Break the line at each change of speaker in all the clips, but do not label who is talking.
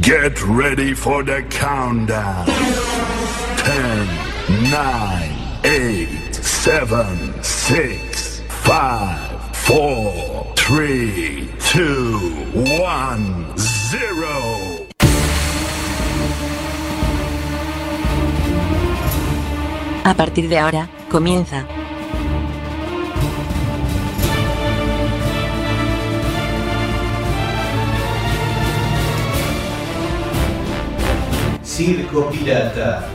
Get ready for the countdown. 10, 9, 8, 7, 6, 5, 4, 3, 2, 1, 0.
A partir de ahora, comienza.
Circo Pirata.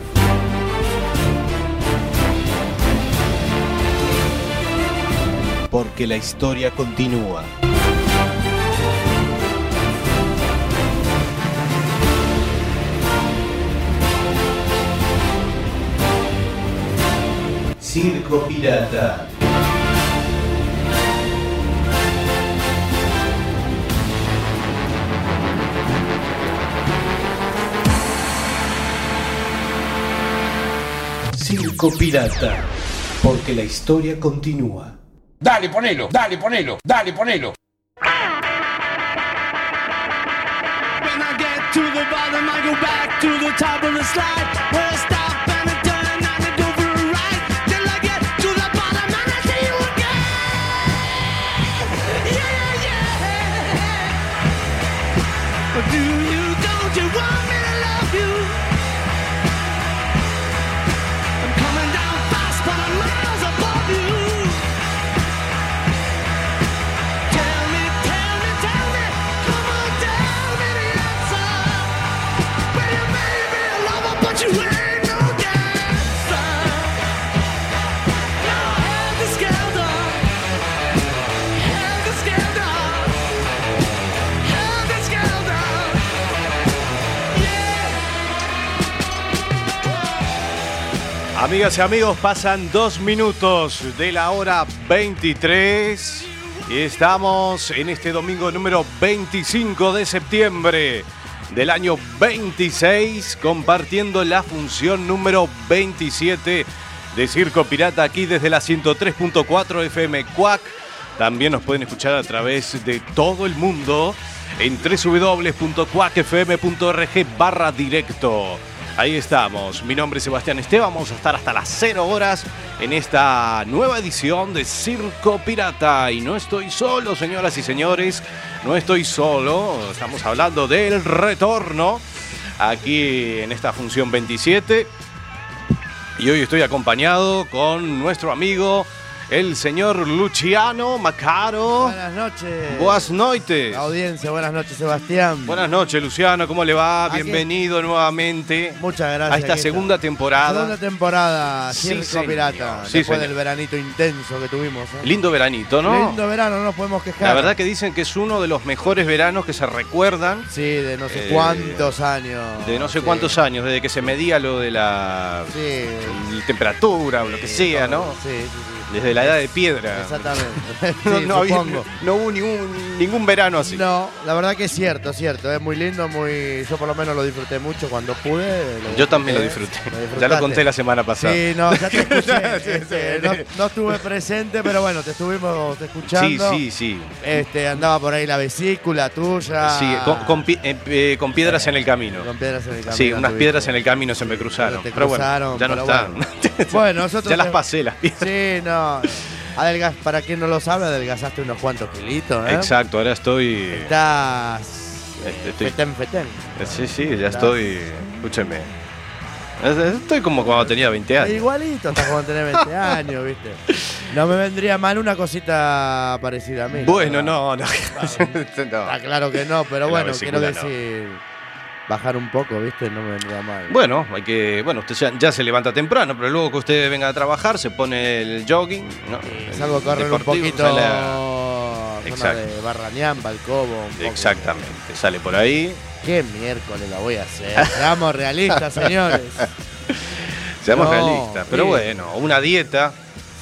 Porque la historia continúa. Circo Pirata. Circo Pirata. Porque la historia continúa.
Dale, ponelo, dale, ponelo, dale, ponelo.
When I get to the bottom, I go back to the top of the slide. Well, I stop and I turn and I go for a ride till I get to the bottom and I see you again. Yeah, yeah. Do you don't you want me to love you? I'm coming down fast, but I'm miles above you. Tell me, tell me, tell me, come on down, baby, that's all. Well, you made me a lover, but you ain't no dancer. Now I have the scandal, have the scandal, have the scandal. Yeah.
Amigas y amigos, pasan dos minutos de la hora 23 y estamos en este domingo número 25 de septiembre del año 26 compartiendo la función número 27 de Circo Pirata aquí desde la 103.4 FM Cuac. También nos pueden escuchar a través de todo el mundo en www.cuacfm.org barra directo. Ahí estamos. Mi nombre es Sebastián Esteban. Vamos a estar hasta las 0 horas en esta nueva edición de Circo Pirata. Y no estoy solo, señoras y señores. No estoy solo. Estamos hablando del retorno aquí en esta función 27. Y hoy estoy acompañado con nuestro amigo, el señor Luciano Macaro.
Buenas noches.
Buenas noches.
Audiencia, buenas noches, Sebastián.
Buenas noches, Luciano. ¿Cómo le va?
Aquí-
Bienvenido nuevamente.
Muchas gracias.
a esta
aquí
segunda
está.
temporada.
Segunda temporada,
Sí,
Circo
señor.
Pirata.
Sí,
después
señor.
del veranito intenso que tuvimos. ¿eh?
Lindo veranito, ¿no?
Lindo verano, no nos podemos quejar.
La verdad que dicen que es uno de los mejores veranos que se recuerdan
Sí, de no sé
Eh,
cuántos años.
de no sé
sí.
cuántos años, desde que se medía lo de la
Sí.
la temperatura o lo que sea, ¿no?
Sí, sí, sí.
Desde la edad de piedra.
Exactamente. Sí,
No, no había-
supongo.
no hubo ningún, ningún verano así.
No, la verdad que es cierto, es cierto. Es muy lindo, muy. Yo por lo menos lo disfruté mucho cuando pude.
Yo también lo disfruté. Ya lo conté la semana pasada.
Sí, no, ya te escuché.
Sí,
este,
sí.
no, no estuve presente, pero bueno, te estuvimos te escuchando.
sí, sí. sí.
Este, andaba por ahí la vesícula tuya.
Sí, con, con pi- eh, eh, con piedras en el camino.
Ah. Con piedras en el camino.
Sí, unas piedras en el camino se me cruzaron.
te
Pero bueno,
cruzaron,
ya no
pero
están.
camino. Bueno, nosotros.
Ya las
te-
pasé las piedras.
Sí, no. Adelgaz, para quien no lo sabe, adelgazaste unos cuantos kilitos, ¿eh?
Exacto, ahora estoy.
Estás.
Este, estoy-
Fetén, fetén.
Sí, sí, ya estoy. Escúcheme. Estoy como cuando tenía 20 años.
Eh, Igualito hasta cuando tenés 20 años, ¿viste? No me vendría mal una cosita parecida a mí. la
Bueno,
verdad.
no, no. No.
Está claro que no, pero
La
bueno,
vesícula
quiero
no.
decir. Bajar un poco, ¿viste? No me vendría mal.
Bueno, hay que. Bueno, usted ya, ya se levanta temprano, pero luego que usted venga a trabajar, se pone el jogging. ¿no? El
Salvo correr un
deportivo,
poquito.
sale a-
Zona
Exacto.
de Barrañán, Balcobo. un poco.
Exactamente, sale por ahí.
¿Qué miércoles la voy a hacer? Seamos realistas, señores.
Seamos
No,
realistas. Pero
sí.
bueno, una dieta.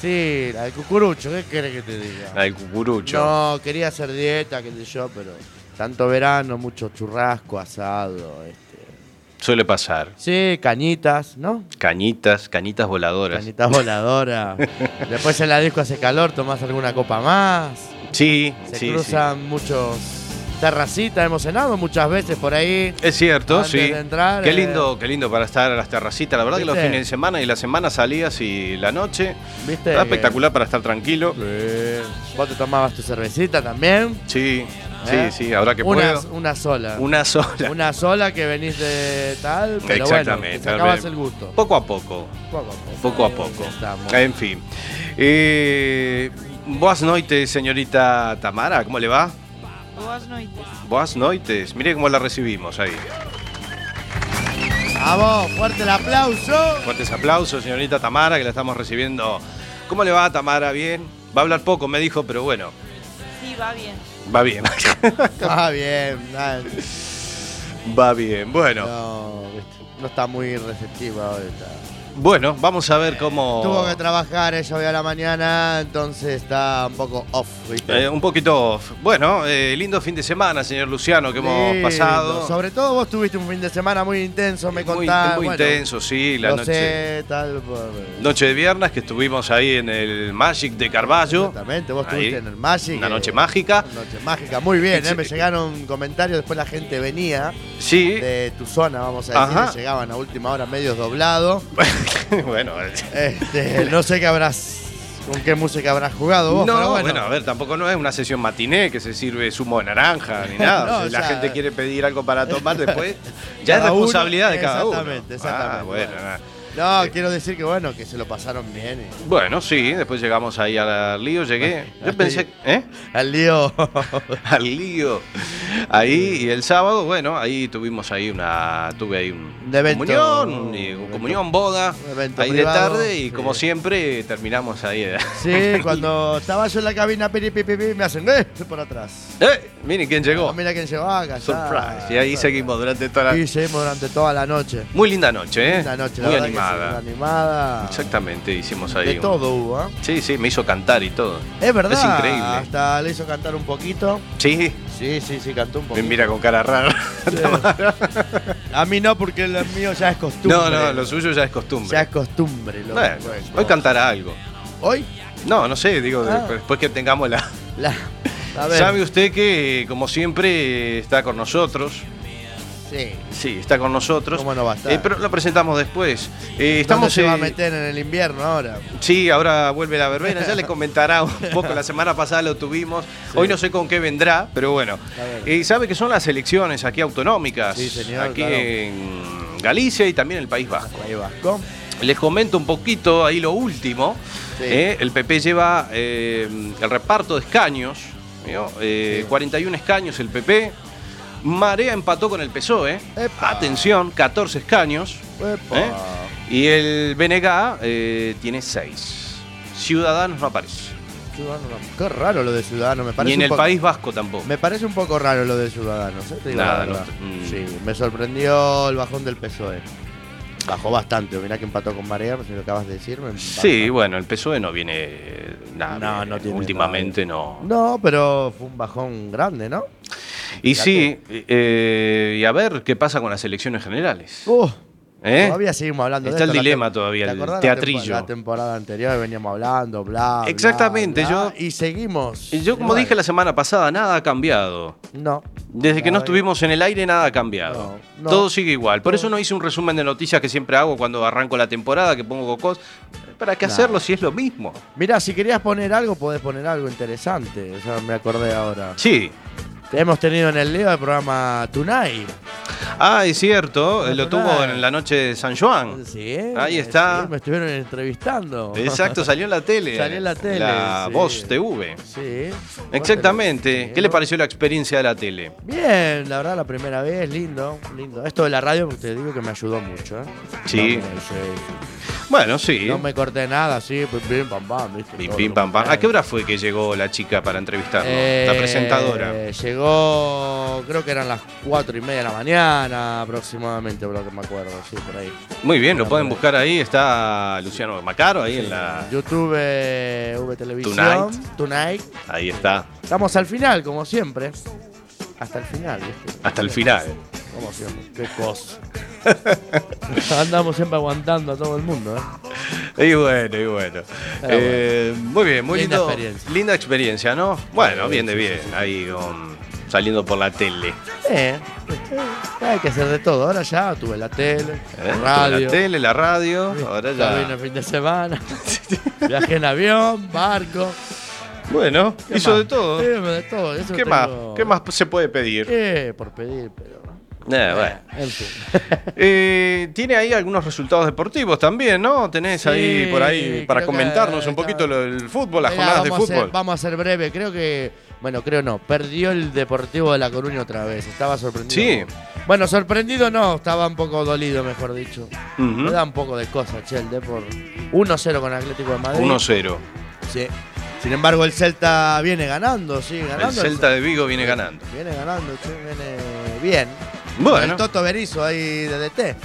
Sí, la del cucurucho, ¿qué querés que te diga?
La del cucurucho.
No, quería hacer dieta, qué sé yo, pero tanto verano, mucho churrasco, asado, este.
Suele pasar.
Sí, cañitas, ¿no?
Cañitas, cañitas voladoras.
Cañitas voladoras. Después en la disco hace calor, tomás alguna copa más.
Sí,
Se
sí, sí.
cruzan muchos terracita, hemos cenado muchas veces por ahí.
Es cierto,
Antes
sí.
de entrar,
qué
eh,
lindo, qué lindo para estar a las terracitas. La verdad que los
¿Viste?
fines de semana y la semana salías y la noche.
¿Viste?
Está espectacular para estar tranquilo.
Sí. Vos te tomabas tu cervecita también.
Sí,
¿eh?
sí, sí, habrá que
una,
puedo.
una sola.
Una sola.
Una sola que venís de tal, pero bueno,
Exactamente.
te sacabas
tal vez.
el gusto.
Poco a poco,
Poco a poco.
poco a poco.
Estamos.
En fin. Eh, buenas noches, señorita Tamara. ¿Cómo le va? Buenas noches. Mire cómo la recibimos ahí.
Vamos, fuerte el aplauso.
Fuertes aplausos, señorita Tamara, que la estamos recibiendo. ¿Cómo le va, Tamara? ¿Bien? Va a hablar poco, me dijo, pero bueno,
Sí, va bien.
va bien.
Ah, bien. ah,
va bien. Bueno,
No, viste, no está muy receptiva hoy. está.
bueno, vamos a ver cómo.
Tuvo que trabajar ella hoy a la mañana, entonces está un poco off, ¿viste?
Eh, un poquito. off. Bueno, eh, lindo fin de semana, señor Luciano, que hemos
Lindo.
pasado.
Sobre todo vos tuviste un fin de semana muy intenso, me
muy,
contás.
muy
bueno,
intenso, sí, la
lo
noche.
sé, tal, por-
Noche de viernes que estuvimos ahí en el Magic de Carballo.
Exactamente, vos
Ahí.
estuviste en el Magic.
Una
eh,
noche mágica.
una Noche mágica, muy bien, eh, me
Sí.
llegaron comentarios, después la gente venía
Sí.
de tu zona, vamos a decir,
Ajá.
y llegaban a última hora medios doblados.
bueno, eh,
Este, no sé qué habrás, con qué música habrás jugado
No,
vos, pero
bueno. a ver, tampoco no es una sesión matiné que se sirve zumo de naranja ni nada.
No,
si
o
la
sea-
gente quiere pedir algo para tomar después, ya es
Cada uno,
responsabilidad de cada uno.
exactamente, exactamente.
Ah, bueno, nada.
No, quiero decir que bueno, que se lo pasaron bien. eh. y-
Bueno, sí, después llegamos ahí al lío, llegué. Yo pensé, ¿eh?
Al lío.
Al lío. Ahí y el sábado, bueno, ahí tuvimos ahí una tuve ahí un,
Un evento.
comunión, un-
Un
comunión boda,
un evento
ahí
privado,
de tarde y
sí.
como siempre terminamos ahí. eh.
sí, cuando estaba yo en la cabina, piri, pi, pi, pi, me hacen eh, por atrás.
Eh, miren quién
Ah,
llegó.
mira quién llegó acá.
Surprise. Y ahí seguimos durante toda la
Y seguimos durante toda la noche.
Muy linda noche, ¿eh?
La noche, la
Muy
verdad que
animada.
sí, animada.
Exactamente, hicimos ahí.
De
un-
todo hubo, ¿eh?
Sí, sí, me hizo cantar y todo.
Es verdad.
Es increíble.
Hasta le hizo cantar un poquito.
Sí,
Sí, sí, sí, cantó un
me
poquito.
mira con cara rara.
A mí no, porque lo mío ya es costumbre.
No, no, lo suyo ya es costumbre.
Ya es costumbre. Lo
Bueno, hoy cantará algo.
Hoy,
No, no sé, digo,
Ah.
después que tengamos la...
la. A ver.
Sabe usted que, como siempre, está con nosotros.
Sí.
Sí, está con nosotros.
¿Cómo no va a estar?
Eh, pero lo presentamos después. Eh, estamos
¿Dónde se va a
eh,
meter en el invierno ahora?
Sí, ahora vuelve la verbena, ya le comentará un poco, la semana pasada lo tuvimos, hoy no sé con qué vendrá, pero bueno.
ver.
Y sabe que son las elecciones aquí autonómicas,
Sí, señor,
aquí
claro.
en Galicia y también en el País Vasco.
Ahí Vasco.
Les comento un poquito ahí lo último,
Sí.
eh, el PP lleva eh, el reparto de escaños, ¿vio? Eh, 41 escaños el PP, Marea empató con el PSOE,
Epa.
E. atención, 14 escaños.
Epa.
¿Eh? Y el BNG eh, tiene seis. Ciudadanos no aparece.
Ciudadano, no. Qué raro lo de Ciudadanos. Me parece
Ni en
un
el
poco-
País Vasco tampoco.
Me parece un poco raro lo de Ciudadanos. ¿eh? Te digo la
Nada, no
verdad.
te- mm.
Sí, me sorprendió el bajón del PSOE. E. Bajó bastante. Mirá que empató con Marea, si lo acabas de decir. me empata.
Sí, bueno, el PSOE no viene eh, nada.
No,
bien.
no tiene
Últimamente no.
No, pero fue un bajón grande, ¿no?
Y sí, eh, y a ver qué pasa con las elecciones generales.
Uh,
¿Eh?
Todavía seguimos hablando
Está
de esto,
el
la
dilema
tem-
todavía,
¿te
el
acordás la
teatrillo.
tempo- La temporada anterior veníamos hablando, bla. bla,
Exactamente,
bla,
yo-
Y seguimos.
Y Yo, como dije la semana pasada, nada ha cambiado.
No.
Desde que no
La verdad
estuvimos en el aire, nada ha cambiado.
No, no.
Todo sigue igual. Por eso no hice un resumen de noticias que siempre hago cuando arranco la temporada, que pongo cocos. ¿Para qué hacerlo si es lo mismo?
Mirá, si querías poner algo, podés poner algo interesante. O sea, me acordé ahora.
Sí,
Hemos tenido en el lío el programa Tonight.
Ah, es cierto,
No,
eh, lo
no,
tuvo
nada.
en la noche de San Juan.
Sí.
Ahí está.
sí, me estuvieron entrevistando.
Exacto, salió en la tele.
Salió en la tele,
La
sí.
Voz TV.
Sí.
Exactamente.
Sí.
¿Qué le pareció la experiencia de la tele?
Bien, la verdad, la primera vez, lindo, lindo. Esto de la radio, te digo que me ayudó mucho, ¿eh?
Sí.
No me, sí.
Bueno, sí.
No me corté nada, sí, pim, pim, pam, pam, ¿viste?
Pim,
Todo
pim,
como
pam, pam.
era.
¿A qué hora fue que llegó la chica para entrevistarnos?
Eh,
la presentadora.
Llegó, creo que eran las cuatro y media de la mañana aproximadamente, por lo que me acuerdo, sí, por ahí.
Muy bien, lo pueden buscar ahí. Está Luciano Macaro ahí en la.
YouTube, eh, V Televisión,
Tonight.
Tonight.
Ahí está.
Estamos al final, como siempre. Hasta el final, ¿viste?
Hasta el final.
Como siempre. Qué cosa. Andamos siempre aguantando a todo el mundo, ¿eh?
Y bueno, y bueno. Eh, muy bien, muy
Ah, Linda
lindo.
experiencia.
Linda experiencia, ¿no? Bueno, bien de bien. Ahí con. saliendo por la tele.
Eh, eh, hay que hacer de todo. Ahora ya tuve la tele,
¿eh?
la radio.
La tele, la radio.
Sí,
Ahora
ya vine
ya.
el fin de semana. Viajé en avión, barco.
Bueno,
¿Qué
hizo
más?
de todo.
Sí, de todo. Eh. Eso
¿Qué
tengo-
más? ¿Qué más se puede pedir?
¿Qué? Por pedir, pero.
Eh, bueno.
En fin.
Eh, tiene ahí algunos resultados deportivos también, ¿no? Tenés ahí
Sí,
por ahí para
creo que
comentarnos un
está-
poquito lo del fútbol, las
Mira,
jornadas de
vamos a ser-
fútbol.
vamos a ser breve. Creo que. Bueno, creo no. Perdió el Deportivo de La Coruña otra vez. Estaba sorprendido.
Sí.
Bueno, sorprendido no. Estaba un poco dolido, mejor dicho.
Ujú.
Me da un poco de cosa, che, el Depor. 1-0 con Atlético de Madrid.
1-0.
Sí. Sin embargo, el Celta viene ganando, sí, ganando.
El Celta de Vigo viene ganando.
Viene ganando, che, viene bien. Está
Bueno.
El Toto Berizo ahí de DT.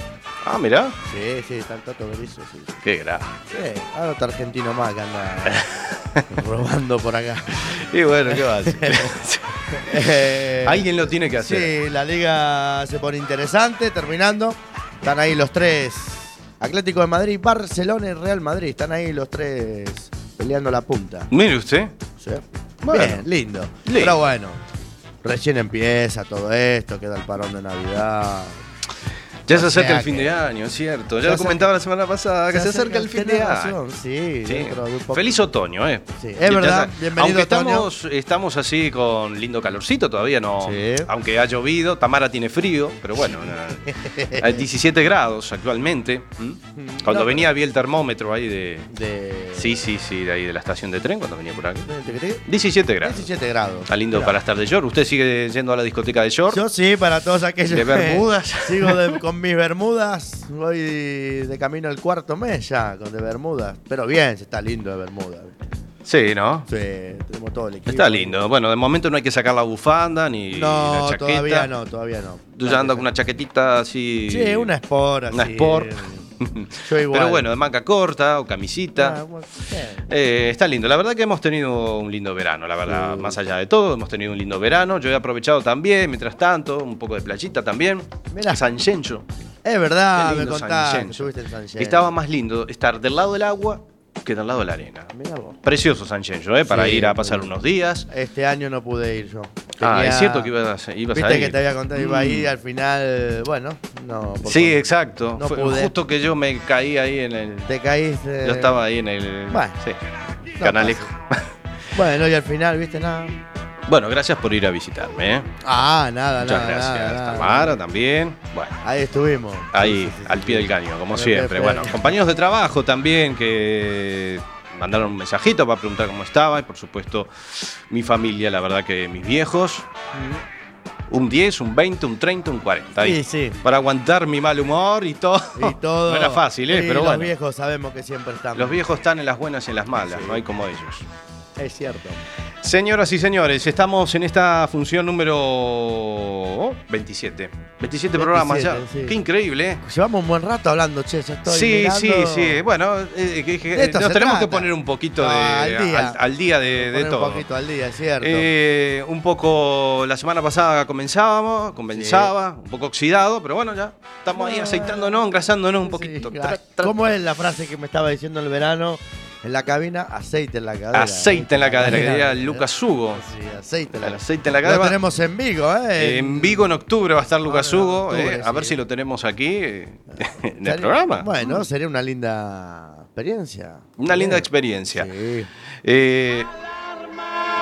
Ah, mirá.
Sí, sí, está el Toto Berizo, sí. sí.
Qué grave.
Sí, ahora otro argentino más que anda robando por acá.
Y bueno, ¿qué va a hacer?
Eh,
Alguien lo tiene que hacer.
Sí, la liga se pone interesante, terminando. Están ahí los tres. Atlético de Madrid, Barcelona y Real Madrid. Están ahí los tres peleando la punta.
Mire usted.
Sí.
Bueno.
Bien, lindo.
Lindo.
Pero bueno, recién empieza todo esto, queda el parón de Navidad.
Ya se
O sea
acerca el fin
que-
de año, es cierto. Ya
Se
lo
acerca-
comentaba la semana pasada, que se acerca el fin de
Tenés
año.
razón, Sí,
Sí.
dentro de un poco-
Feliz otoño, ¿eh?
Sí, es
Ya
verdad.
está.
Bienvenido,
aunque
otoño.
estamos, estamos así con lindo calorcito todavía, no.
Sí.
Aunque ha llovido, Tamara tiene frío, pero bueno, na- hay 17 grados actualmente. ¿m? Cuando
Mm. No,
venía vi el termómetro ahí de.
de.
Sí, sí, sí, de ahí de la estación de tren, cuando venía por aquí.
de- de- de-
17 grados.
17 grados.
Está lindo
Mirá.
para estar de short. ¿Usted sigue yendo a la discoteca de short?
Yo sí, para todos aquellos.
¿De
que-
bermudas?
Sigo de- con mis bermudas. Voy de camino al cuarto mes ya, con de bermudas. Pero bien, se está lindo de bermudas.
Sí, ¿no?
Sí, tenemos todo el equipo.
Está lindo. Bueno, de momento no hay que sacar la bufanda ni la
No,
chaqueta.
todavía no, todavía no.
Tú ya andas con una chaquetita así.
Sí, una Sport.
Una
así.
Sport.
Yo igual.
Pero bueno, de manga corta o camisita.
Ah, bueno, bien.
Eh, está lindo. La verdad que hemos tenido un lindo verano, la verdad. Más allá de todo, hemos tenido un lindo verano. Yo he aprovechado también, mientras tanto, un poco de playita también.
Mirá.
San Gencho.
Es
Qué
verdad, me
lindo San
contaste.
Genso.
Estuviste en San Genso.
Estaba más lindo estar del lado del agua que del lado de la arena.
Mirá vos.
Precioso San Gencho, ¿eh? Para
Sí,
ir a pasar
muy
unos días.
Este año no pude ir yo.
Ah,
Tenía-
es cierto que ibas, a- ibas
Viste
a ir. Mm.
que te había contado, iba a ir al final. Bueno, no. por
Sí,
favor.
exacto.
No
Fue
pude.
justo que yo me caí ahí en el...
Te caíste.
Yo estaba ahí en el...
bueno,
sí,
no
canalejo.
Bueno, y al final, ¿viste nada?
Bueno, gracias por ir a visitarme, ¿eh?
Ah, nada,
Muchas
nada.
gracias,
nada, nada.
Tamara también. Bueno,
Ahí estuvimos.
ahí,
Sí, sí, sí,
al
sí.
pie del caño, como
Al pie
siempre.
del
Bueno,
caño.
compañeros de trabajo también que mandaron un mensajito para preguntar cómo estaba. Y por supuesto, mi familia, la verdad que mis viejos. Un 10, un 20, un 30, un 40. Ahí.
Mm. Sí, sí.
Para aguantar mi mal humor y todo.
Y todo.
Oh, No era fácil, ¿eh?
Y
Pero
los
bueno.
viejos sabemos que siempre estamos.
Los viejos están en las buenas y en las malas, no hay como ellos.
Es cierto.
Señoras y señores, estamos en esta función número 27. 27 programas ya.
27, sí.
Qué increíble, ¿eh?
Llevamos un buen rato hablando, che. Ya estoy
Sí, sí,
mirando.
sí. Bueno, eh, que- que-
De esto
nos
se
tenemos que
trata.
poner un poquito de,
Ah, al día.
al, al día de, de
Poner
todo.
Un poquito al día, es cierto.
Eh, un poco, la semana pasada comenzábamos, comenzaba, un poco oxidado, pero bueno, ya estamos ahí aceitándonos, engrasándonos un
Sí,
poquito.
sí,
Tra,
ah,
tra,
¿Cómo es la frase que me estaba diciendo el verano? En la cabina, aceite en la cadera.
Aceite en la cadera, que diría Lucas Hugo.
Sí, aceite en la
El
cadera.
aceite en la
Lo
cadera.
tenemos en Vigo, ¿eh?
En Vigo en octubre va a estar Lucas
Ahora Ah, en
Hugo.
octubre,
eh, a ver
sí.
si lo tenemos aquí eh, en el
Sería-
programa. Mm.
Bueno, sería una linda experiencia.
Una linda
Bien.
experiencia.
Sí.
Eh,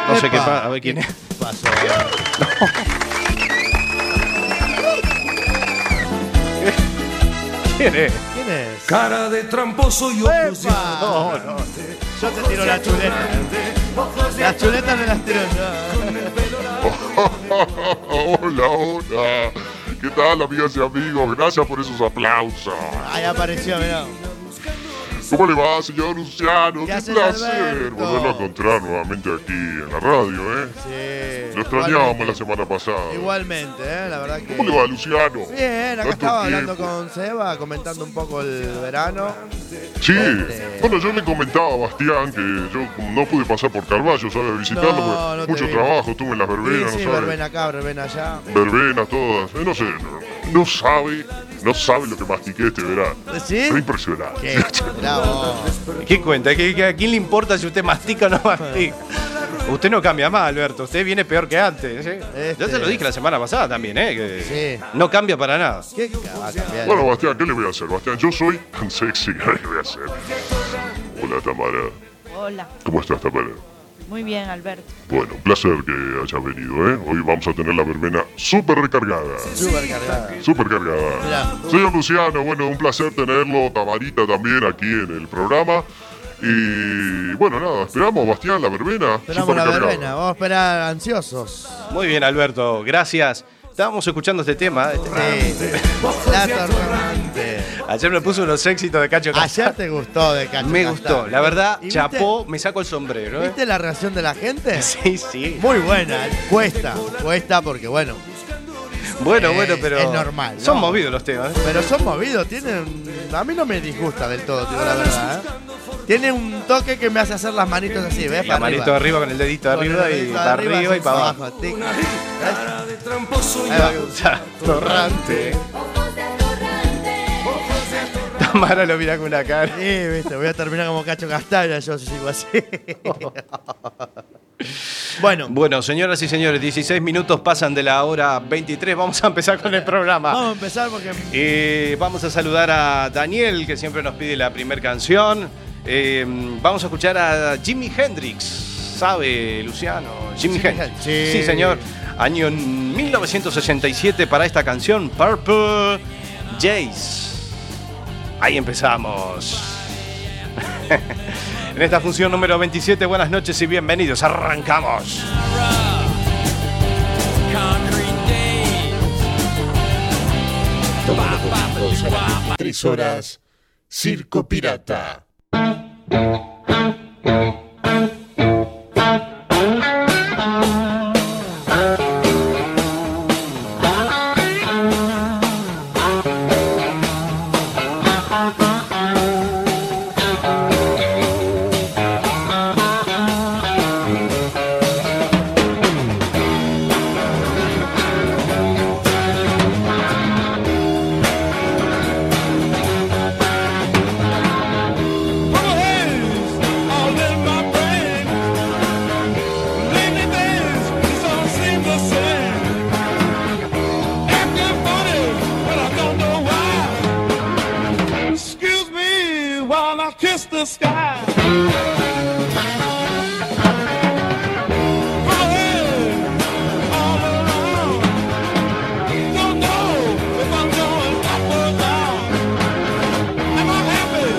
no sé
Epa.
qué pasa. A ver quién es.
Pasó.
¿Quién es?
¿Quién es?
Cara de tramposo y obtusión.
¡Epa! No, no. Yo te tiro la chuleta. Las chuletas me las tiro yo.
Hola, hola. ¿Qué tal, amigas y amigos? Gracias por esos aplausos.
Ahí apareció, mirá.
¿Cómo le va, señor Luciano?
¿Qué
Qué
haces,
placer
Alberto?
volverlo a encontrar nuevamente aquí en la radio, ¿eh?
Sí.
Lo extrañábamos la
Igualmente.
semana pasada.
Igualmente, ¿eh? La verdad que...
¿Cómo le va, Luciano?
Bien, acá
Tanto
estaba hablando
tiempo.
con Seba, comentando un poco el verano.
Sí.
este-
Bueno, yo le comentaba a Bastián que yo como no pude pasar por Carballo, ¿sabes? Visitarlo,
No,
porque
no te
mucho
vi.
trabajo, estuve en las verbenas,
sí, sí,
¿no sabes?
verbena acá, verbena allá.
Verbenas todas. Eh, No sé, no, no sabe, no sabe lo que mastiqué este verano.
¿Sí?
Fue impresionante.
¿Qué? Mirá vos.
¿Qué cuenta? ¿Qué- qué- ¿A quién le importa si usted mastica o no mastica? Usted no cambia más, Alberto. Usted viene peor que antes. ¿eh?
Este-
Ya se lo dije la semana pasada también, ¿eh? Que
Sí.
No cambia para nada.
¿Qué va a cambiar?
Bueno, Bastián, ¿qué le voy a hacer, Bastián? Yo soy tan sexy, ¿qué le voy a hacer? Hola, Tamara.
Hola,
¿Cómo estás, Tamara?
muy bien Alberto.
Bueno, un placer que hayas venido, ¿eh? Hoy vamos a tener la verbena súper recargada.
Súper cargada.
Súper cargada. Señor Luciano, bueno, un placer tenerlo, Tamarita también aquí en el programa. Y bueno, nada, esperamos, Bastián, la verbena.
Esperamos
súper
la
cargada.
verbena, vamos a esperar ansiosos.
Muy bien, Alberto. Gracias. Estábamos escuchando este tema. Este-
Sí. La torrante.
Ayer me puso los éxitos de Cacho
Ayer
Castal.
te gustó de Cacho
Me
Castán.
gustó. La verdad,
¿Y viste-
chapó, me saco el sombrero. ¿eh?
¿Viste la reacción de la gente?
Sí, sí.
Muy buena. eh. Cuesta, cuesta porque bueno.
Bueno,
Eh,
bueno, pero.
es normal,
Son
¿no?
movidos los temas. ¿eh?
Pero son movidos, tienen. A mí no me disgusta del todo, digo la verdad. ¿eh? Tiene un toque que me hace hacer las manitos así, ¿ves?
La
Para
manito de arriba con el dedito de
Con el
arriba y
dedito
para arriba y
así,
para abajo.
tic.
Ahí va. Ya, Torrante. Tamara lo mira con una cara.
Sí, viste, voy a terminar como Cacho Castaña yo si sigo así. bueno,
Bueno, señoras y señores, 16 minutos pasan de la hora 23. Vamos a empezar con el
vamos
programa.
a empezar porque
Eh, vamos a saludar a Daniel, que siempre nos pide la primera canción. Eh, vamos a escuchar a Jimi Hendrix. ¿Sabe, Luciano? Jimi
Jimi
Hendrix.
Hendrix.
Sí.
Sí.
señor. Año 1967 para esta canción, Purple Jays. Ahí empezamos. en esta función número 27, buenas noches y bienvenidos. Arrancamos.
Tres horas, Circo Pirata.
Excuse me while I kiss the sky. My head all around. Don't know if I'm going up or down. Am I happy?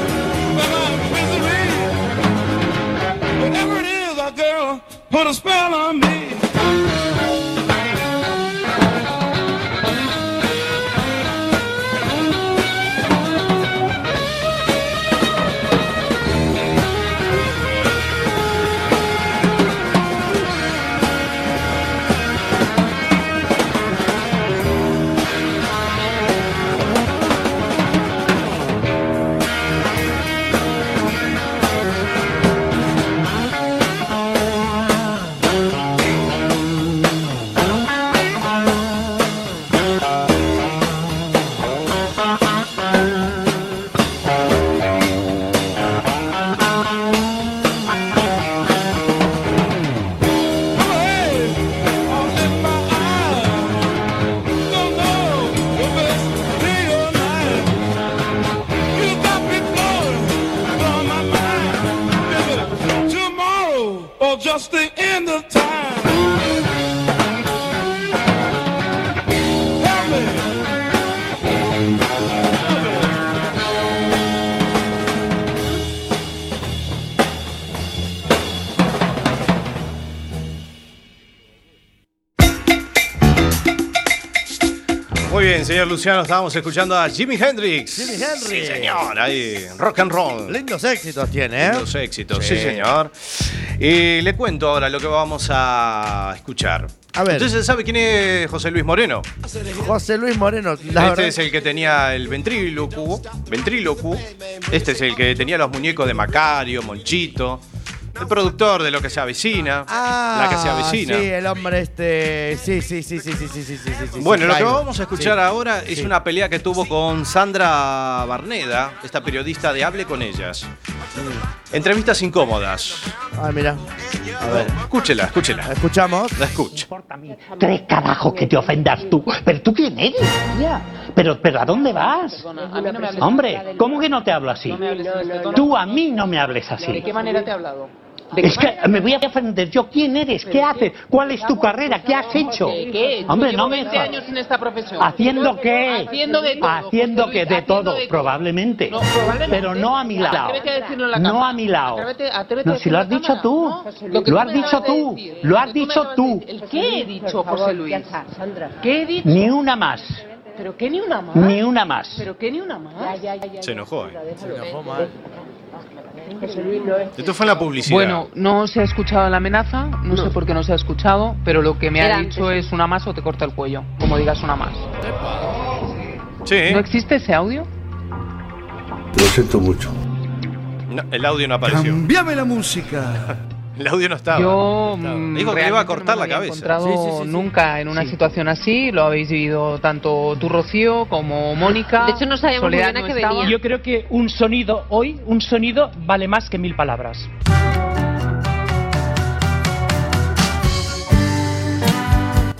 Am I misery? Whatever it is, a girl put a spell on me. Just the end of time. Help me.
Muy bien, señor Luciano, estábamos escuchando a Jimi Hendrix.
Jimi Hendrix.
Sí, señor, ahí, rock and roll.
lindos éxitos tiene, ¿eh?
Los éxitos, sí,
Sí.
señor. Y le cuento ahora lo que vamos a escuchar.
A ver.
Entonces, ¿sabe quién es José Luis Moreno?
José Luis Moreno, la
este
verdad-
es el que tenía el ventrílocuo. Ventrílocuo. Este es el que tenía los muñecos de Macario, Monchito. El productor de lo que se avecina. la que se avecina.
Ah, Sí, el hombre este. Sí, sí, sí, sí, sí, sí, sí, sí, sí, sí,
Bueno, lo que
caigo.
vamos a escuchar
Sí,
ahora es
sí.
una pelea que tuvo con Sandra Barneda, esta periodista de Hable con ellas. Entrevistas incómodas.
Ah, mira. A ver.
Escúchela,
¿La
escúchela.
escuchamos?
La escucha.
Tres carajos que te ofendas tú. Pero tú quién eres, tía. Pero, pero ¿a dónde vas? Hombre, ¿cómo que no te hablo así? Tú a mí no me hables así. ¿De qué manera te he hablado? Es que me voy a ofender yo. ¿Quién eres? ¿Qué haces? ¿Cuál es tu carrera? ¿Qué has hecho? Hombre, no me años en esta profesión. ¿Haciendo qué? Haciendo de todo. Haciendo que de todo, probablemente. Pero no a mi lado. No a mi lado. No, si lo has dicho tú. Lo has dicho tú. Lo has dicho tú.
¿Qué he dicho, José Luis?
¿Qué Ni una más. ¿Pero qué ni una más? Ni una más.
Se enojó. eh.
no,
Esto fue en la publicidad.
Bueno, no se ha escuchado la amenaza, no, ¿eh? sé por qué no se ha escuchado, pero lo que me ha dicho es una más o te corta el cuello, como digas una más.
Sí.
¿No existe ese audio?
No, el audio no apareció.
Cambiame la música.
El audio no estaba.
Yo
Estaba.
mm,
Dijo que le iba a
realmente
cortar
no me
la
había
cabeza.
encontrado nunca en una situación así, lo habéis vivido tanto tú Rocío como Mónica.
De hecho, no sabíamos muy
Soledad
bien a
no
qué
estaba.
venía.
Yo creo que un sonido hoy, un sonido vale más que mil palabras.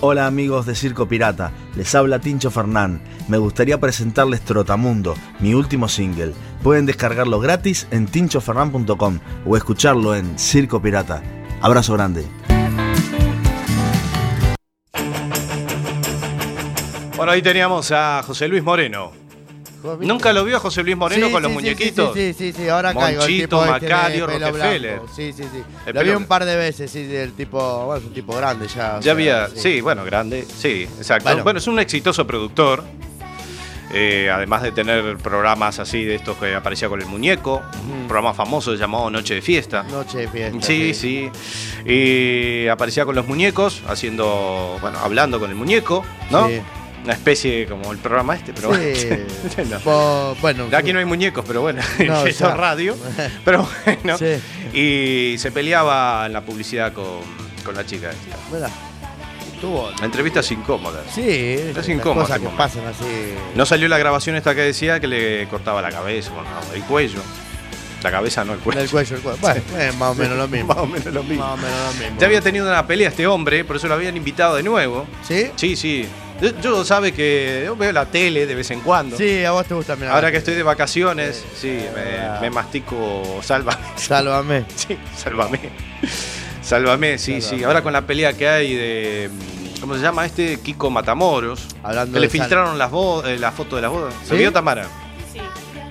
Hola amigos de Circo Pirata, les habla Tincho Fernán. Me gustaría presentarles Trotamundo, mi último single. Pueden descargarlo gratis en tinchofernan.com o escucharlo en Circo Pirata. Abrazo grande.
Bueno, ahí teníamos a José Luis Moreno. ¿Nunca lo vio a José Luis Moreno
Sí,
con los
sí, sí,
muñequitos?
Sí, sí, sí, sí, ahora caigo. el
Monchito,
tipo este
Macario,
de pelo
Rockefeller.
blanco. Sí, sí, sí.
El
Lo vi
pelo-
un par de veces, sí, del tipo. Bueno, es un tipo grande ya. o
Ya
sea,
había, sí. bueno, grande, sí, exacto. Bueno,
Bueno.
es un exitoso productor. eh, además de tener programas así de estos que aparecía con el muñeco, un programa famoso llamado Noche de Fiesta.
Noche de fiesta.
Sí, sí. Y aparecía con los muñecos, haciendo, bueno, hablando con el muñeco, ¿no?
Sí.
Una especie como el programa este, pero
Sí.
no.
Po- bueno.
Aquí no hay muñecos, pero bueno, esto
No,
es
ya.
radio. Pero bueno.
Sí.
Y se peleaba en la publicidad con, con la chica esta.
Mira, estuvo-
Entrevistas incómodas.
Sí, esas
incómodo
Cosas
este
que
momento.
pasan así.
No salió la grabación esta que decía que le cortaba la cabeza, bueno, el cuello. La cabeza no el cuello.
El cuello, el cuello. Bueno, es más o menos lo mismo.
Más o menos lo mismo.
Más o menos lo mismo.
Ya había tenido una pelea este hombre, por eso lo habían invitado de nuevo.
¿Sí?
Sí, sí. Yo, yo sabe que yo veo la tele de vez en cuando.
Sí, a vos te gusta mirar.
Ahora que estoy de vacaciones, sí, me,
verdad.
me mastico sálvame.
Sálvame.
Sí, sálvame. Sálvame, sí, sí. Ahora con la pelea que hay de. ¿Cómo se llama este? Kiko Matamoros.
Hablando
que le
de
filtraron las bo- eh, la foto de las bodas. ¿Se
¿Sí?
vio Tamara?
Sí.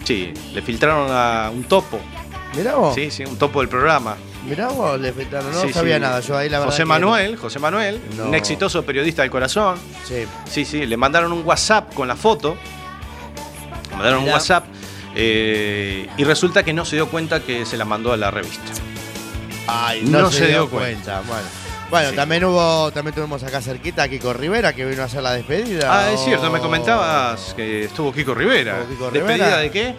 Sí, le filtraron a un topo.
Mirá vos.
Sí, sí, un topo del programa.
Mirá vos, le filtraron. Oh. No
Sí,
sabía
sí.
nada. Yo ahí la verdad.
José
que-
Manuel, José Manuel,
No.
un exitoso periodista del corazón.
Sí.
Sí, sí, le mandaron un WhatsApp con la foto. Le mandaron un
Mirá.
WhatsApp. eh, y resulta que no se dio cuenta que se la mandó a la revista.
Ay,
no se dio
Bueno, Bueno,
Sí.
también hubo, también tuvimos acá cerquita a Kiko Rivera que vino a hacer la despedida.
Ah, es cierto, me comentabas que estuvo Kiko Rivera.
Estuvo Kiko Rivera.
¿Despedida de qué?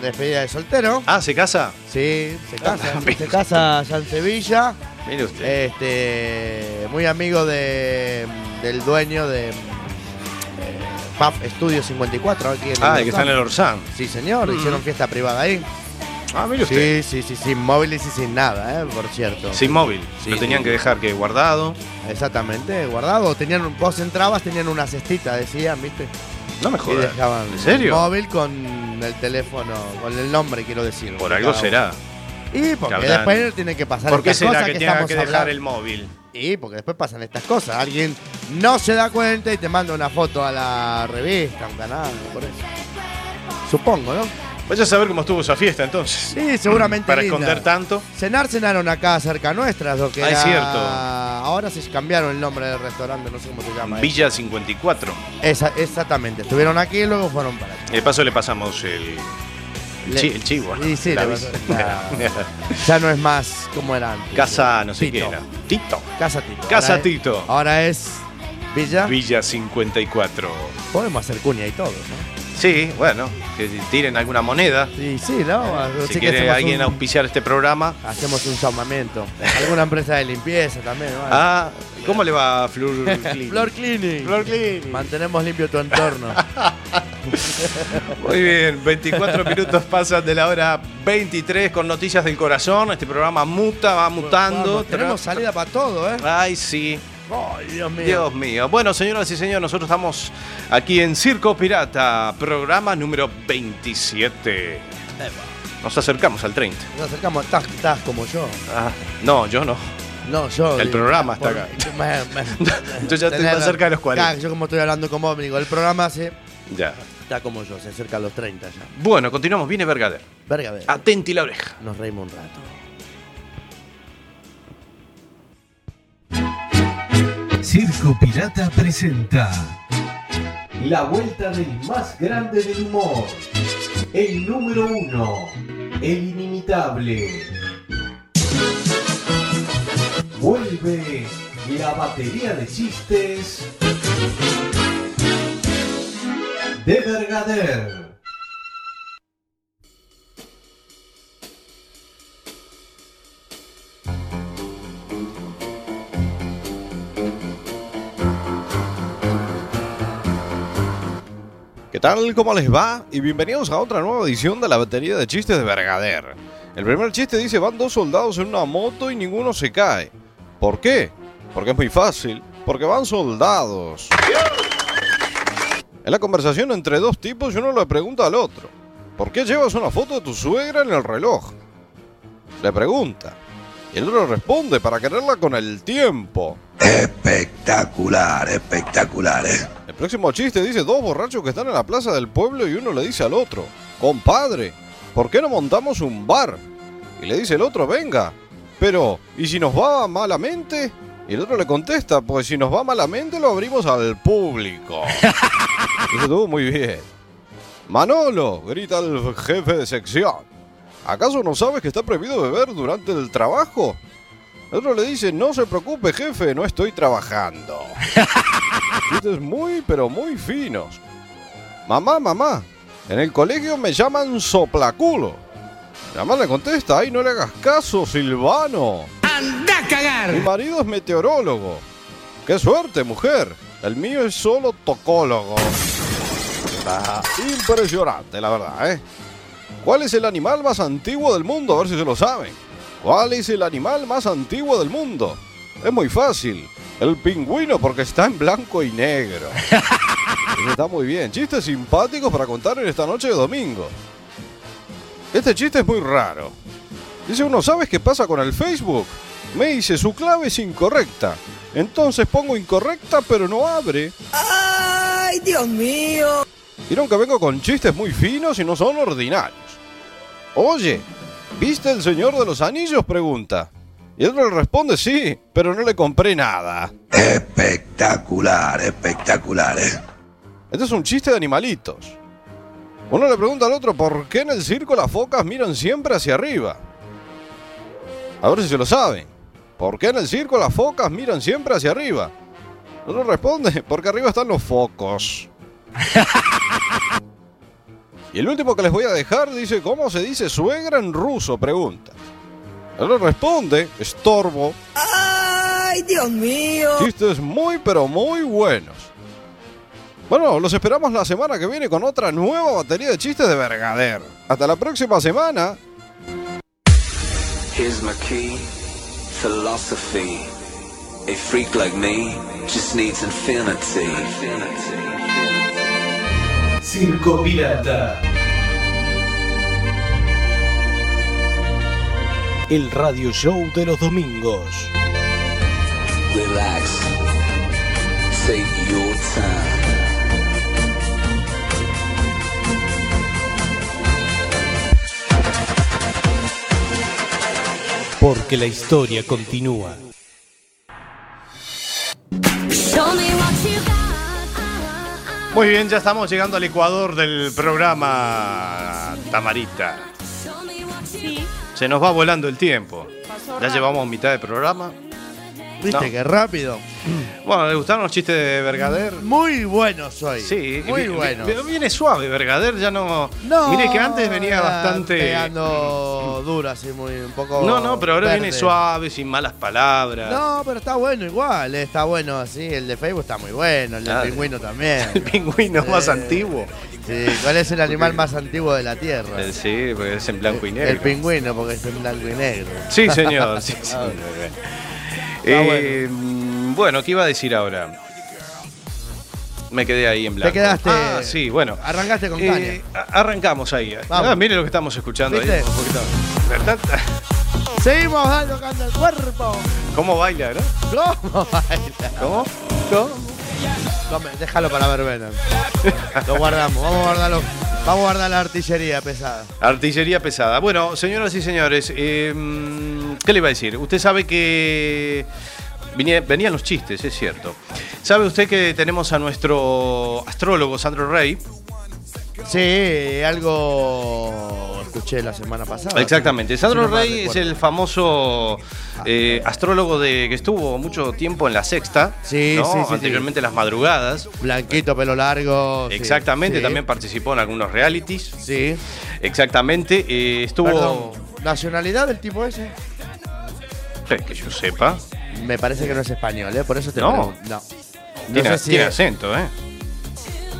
Despedida de soltero.
Ah, ¿se casa?
Sí, se casa.
mira.
se casa allá en Sevilla.
Mire
Eh,
usted.
Este, muy amigo de, del dueño de eh, Pub Studio 54 aquí en
ah, el que está en el
Orzán.
Orsán.
Sí, señor, hicieron fiesta privada ahí.
Ah, mire usted.
Sí, sí, sí, sin móviles y sin nada, eh, por cierto.
Sin móvil.
Sí.
Lo tenían que dejar que guardado.
Exactamente, guardado. Tenían, un- vos entrabas, tenían una cestita, decían, ¿viste?
No me
Y
jodas.
dejaban
¿En
el
serio?
móvil con el teléfono, con el nombre, quiero decir.
Por
de
algo
cada
será.
uno. Y porque
Cabrán.
después tiene que pasar
¿Por qué
estas
será
cosas
que
que
tenga
estamos
que dejar
hablando.
el móvil?
Y porque después pasan estas cosas. Alguien no se da cuenta y te manda una foto a la revista, a un canal, por eso. Supongo, ¿no?
Vaya a saber cómo estuvo esa fiesta entonces.
Sí, seguramente
Mm, Para
linda.
esconder tanto.
Cenar cenaron acá cerca nuestra, lo que
Ah, es
era-
cierto.
Ahora se cambiaron el nombre del restaurante, no sé cómo se llama. ¿eh?
Villa 54.
Esa- exactamente, estuvieron aquí y luego fueron para allá.
De paso le pasamos el, el,
Le-
chi- el chivo. ¿no?
Y sí,
La
le
vis-
pasó- nah. ya no es más como era antes.
Casa, no sé
Tito.
qué era. Tito.
Casa Tito.
Casa
Ahora es-
Tito.
ahora es Villa.
Villa 54.
Podemos hacer cuña y todo, ¿no?
Sí, bueno, que tiren alguna moneda.
Sí, sí, ¿no? Así
Si
que
quiere
hacemos
alguien
un-
auspiciar este programa.
Hacemos un llamamiento. Alguna empresa de limpieza también. ¿no?
Ah, ¿cómo le va a Flur Clean?
Floor Cleaning. Mantenemos limpio tu entorno.
Muy bien, 24 minutos pasan de la hora 23 con noticias del corazón. Este programa muta, va mutando.
Vamos, tenemos
Tra-
salida para todo, ¿eh?
Ay, sí.
Ay, Dios mío.
Dios mío. Bueno, señoras y señores, nosotros estamos aquí en Circo Pirata, programa número 27. Nos acercamos al 30.
Nos acercamos, estás, estás como yo.
Ah, no, yo no.
No, yo.
El
digo,
programa está
por-
acá.
me- me-
Yo ya estoy
tenés
más cerca de los 40.
razón. Claro, Yo como estoy hablando con vos, me digo, el programa se,
Ya.
está como yo, se acerca a los 30 ya.
Bueno, continuamos. Viene Vergader.
Verga, ver.
Ah.
Atenti la oreja.
Nos reímos un rato.
Circo Pirata presenta La vuelta del más grande del humor. El número uno. El inimitable. Vuelve la batería de chistes de Vergader.
¿Qué tal? ¿Cómo les va? Y bienvenidos a otra nueva edición de la batería de chistes de Vergader. El primer chiste dice, van dos soldados en una moto y ninguno se cae. ¿Por qué? Porque es muy fácil. Porque van soldados. En la conversación entre dos tipos, uno le pregunta al otro, ¿por qué llevas una foto de tu suegra en el reloj? Le pregunta. Y el otro responde, para quererla con el tiempo.
Espectacular, espectacular, eh.
El próximo chiste dice dos borrachos que están en la plaza del pueblo y uno le dice al otro, compadre, ¿por qué no montamos un bar? Y le dice el otro, venga, pero ¿y si nos va malamente? Y el otro le contesta, pues si nos va malamente lo abrimos al público. Eso estuvo muy bien. Manolo, grita el jefe de sección, ¿acaso no sabes que está prohibido beber durante el trabajo? El otro le dice, no se preocupe jefe, no estoy trabajando. Chistes muy, pero muy finos. Mamá, mamá, en el colegio me llaman soplaculo. La mamá le contesta, ay, no le hagas caso, Silvano. ¡Anda a cagar! Mi marido es meteorólogo. ¡Qué suerte, mujer! El mío es solo tocólogo. Ah, impresionante, la verdad, ¿eh? ¿Cuál es el animal más antiguo del mundo? A ver si se lo saben. ¿Cuál es el animal más antiguo del mundo? Es muy fácil. El pingüino porque está en blanco y negro. Eso está muy bien. Chistes simpáticos para contar en esta noche de domingo. Este chiste es muy raro. Dice uno, ¿sabes qué pasa con el Facebook? Me dice, su clave es incorrecta. Entonces pongo incorrecta pero no abre.
¡Ay, Dios mío!
Vieron que vengo con chistes muy finos y no son ordinarios. Oye, ¿viste el Señor de los Anillos? Pregunta. Y el otro le responde, sí, pero no le compré nada.
Espectacular, espectacular, eh.
Este es un chiste de animalitos. Uno le pregunta al otro, ¿por qué en el circo las focas miran siempre hacia arriba? A ver si se lo saben. ¿Por qué en el circo las focas miran siempre hacia arriba? El otro responde, porque arriba están los focos. Y el último que les voy a dejar dice, ¿cómo se dice suegra en ruso? Pregunta. El otro responde, estorbo.
¡Ay, Dios mío!
Chistes muy, pero muy buenos. Bueno, los esperamos la semana que viene con otra nueva batería de chistes de Vergader. Hasta la próxima semana.
Here's my key, philosophy. A freak like me just needs infinity.
Circo Pirata. El radio show de los domingos.
Relax. Take your time.
Porque la historia continúa.
Muy bien, ya estamos llegando al Ecuador del programa Tamarita.
Sí,
Se nos va volando el tiempo.
pasó
Ya
rápido.
llevamos mitad de programa.
¿Viste
No.
qué rápido?
Bueno, ¿le gustaron los chistes de Vergader?
Muy buenos hoy.
Sí,
muy
vi- vi-
buenos.
Pero viene suave, Vergader ya no. Mire que antes venía
era
bastante. Mm.
Pegando duro, así, muy, un poco.
No, no, pero ahora viene
verde.
suave, sin malas palabras.
No, pero está bueno igual, eh, está bueno así. El de Facebook está muy bueno, el del
Dale.
pingüino también. Eh,
El pingüino más antiguo.
Sí, ¿cuál es el animal más antiguo de la Tierra?
Eh, Sí, porque es en blanco y negro.
El pingüino, porque es en blanco y negro.
Sí, señor. sí, sí.
Ah,
Eh, mm, bueno, ¿qué iba a decir ahora? Me quedé ahí en blanco.
quedaste-
Ah, sí, bueno.
Arrancaste con
Eh, a- arrancamos ahí.
Vamos.
Ah, mire lo que estamos escuchando ahí.
¿Viste?
un poquito. ¿Verdad?
caña. Seguimos ah, tocando el cuerpo.
¿Cómo baila, no?
¿Cómo baila?
¿Cómo?
Come, Déjalo para verbena. Lo guardamos, vamos a guardarlo. Vamos a guardar la artillería pesada.
Artillería pesada. Bueno, señoras y señores, eh, mm, ¿qué le iba a decir? Usted sabe que venía- venían los chistes, es cierto. ¿Sabe usted que tenemos a nuestro astrólogo Sandro Rey?
Sí, algo escuché la semana pasada.
Exactamente. Sandro
Si no mal
Rey es
recuerdo.
el famoso
Ah.
eh, astrólogo de que estuvo mucho tiempo en la sexta.
Sí,
¿no?
sí, sí,
Anteriormente las madrugadas.
Blanquito, pelo largo. sí.
Exactamente,
Sí.
también participó en algunos realities.
Sí.
Exactamente. eh, estuvo.
Perdón, ¿Nacionalidad del tipo ese?
Eh, Que yo sepa.
Me parece que no es español, ¿eh? Por eso te
No.
pregunto. No. No
Tiene,
sé si
tiene
es-
acento, ¿eh?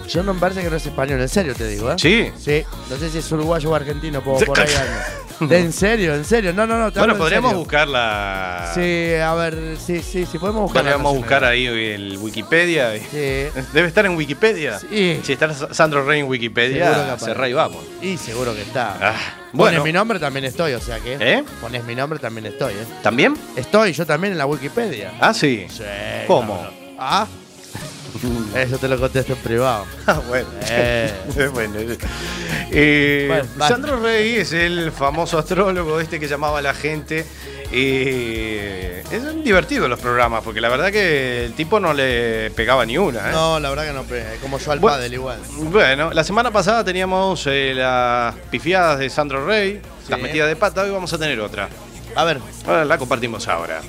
Yo no me parece que no es español, en serio te digo, ¿eh?
Sí.
Sí. No sé si es uruguayo o argentino, por, por ahí anda. De- En serio, en serio. No, no, no. te
Bueno,
hablo en
podríamos
serio.
buscar la.
Sí, a ver, sí, sí, sí, podemos buscar.
Podríamos
la
buscar
nacionalidad.
ahí el Wikipedia. y-
Sí.
Debe estar en Wikipedia.
Sí.
Si está Sa- Sandro Rey en
Seguro que
Wikipedia,
aparece.
se rey vamos.
Y seguro que está.
Ah,
bueno.
bueno.
Pones mi nombre, también estoy, o sea que.
¿Eh?
Pones mi nombre, también estoy, ¿eh?
¿También?
Estoy yo también en la Wikipedia.
Ah, sí.
Sí.
¿Cómo?
cabrón. Ah. Eso te lo contesto en privado.
Ah, bueno.
Eh.
Bueno, eh,
Bueno, basta.
Sandro Rey es el famoso astrólogo este que llamaba a la gente. eh, es divertido los programas, porque la verdad que el tipo no le pegaba ni una. ¿eh?
No, la verdad que no, pe- como yo al
Bueno.
pádel igual.
Bueno, la semana pasada teníamos eh, las pifiadas de Sandro Rey, las metidas de pata, hoy vamos a tener otra.
A ver.
Ahora la compartimos ahora.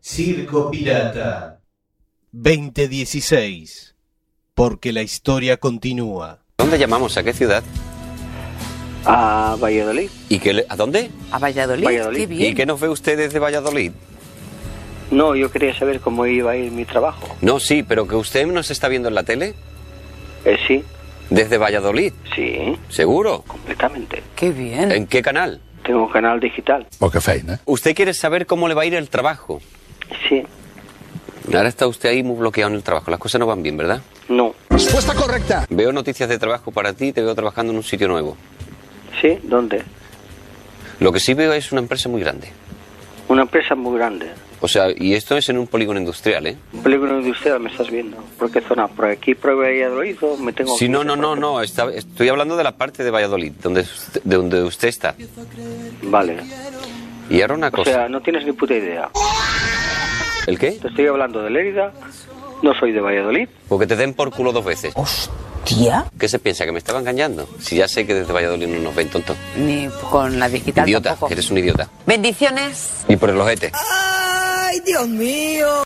Circo Pirata 2016. Porque la historia continúa.
¿Dónde llamamos? ¿A qué ciudad? A Valladolid. ¿Y qué le- ¿A dónde?
A Valladolid, qué bien.
¿Y qué nos ve usted desde Valladolid?
No, yo quería saber cómo iba a ir mi trabajo.
No, sí, pero que usted nos está viendo en la tele.
Eh, sí,
¿Desde Valladolid?
sí,
¿Seguro?
completamente.
Qué bien.
¿En qué canal?
Tengo un canal digital.
Porque ¿eh? Usted quiere saber cómo le va a ir el trabajo.
Sí,
Ahora está usted ahí muy bloqueado en el trabajo. Las cosas no van bien, ¿verdad?
no.
Respuesta
Ah.
correcta. Veo noticias de trabajo para ti, te veo trabajando en un sitio nuevo.
¿Sí? ¿Dónde?
Lo que sí veo es una empresa muy grande.
Una empresa muy grande.
O sea, y esto es en un polígono industrial, ¿eh?
Un polígono industrial me estás viendo. ¿Por qué zona? ¿Por aquí, por Valladolid o me tengo
Sí,
que
no,
ir?
no, no, no. está- estoy hablando de la parte de Valladolid, donde, usted- de donde usted está.
Vale.
Y ahora una
O
cosa.
sea, no tienes ni puta idea.
¿El qué?
Te estoy hablando de Lérida, no soy de Valladolid.
Porque te den por culo dos veces.
¿Tía?
¿Qué se piensa? ¿Que me estaba engañando? Si ya sé que desde Valladolid no nos ven, tonto.
Ni con la digital
idiota,
tampoco.
eres un idiota.
Bendiciones.
Y por el ojete.
Ay, Dios mío.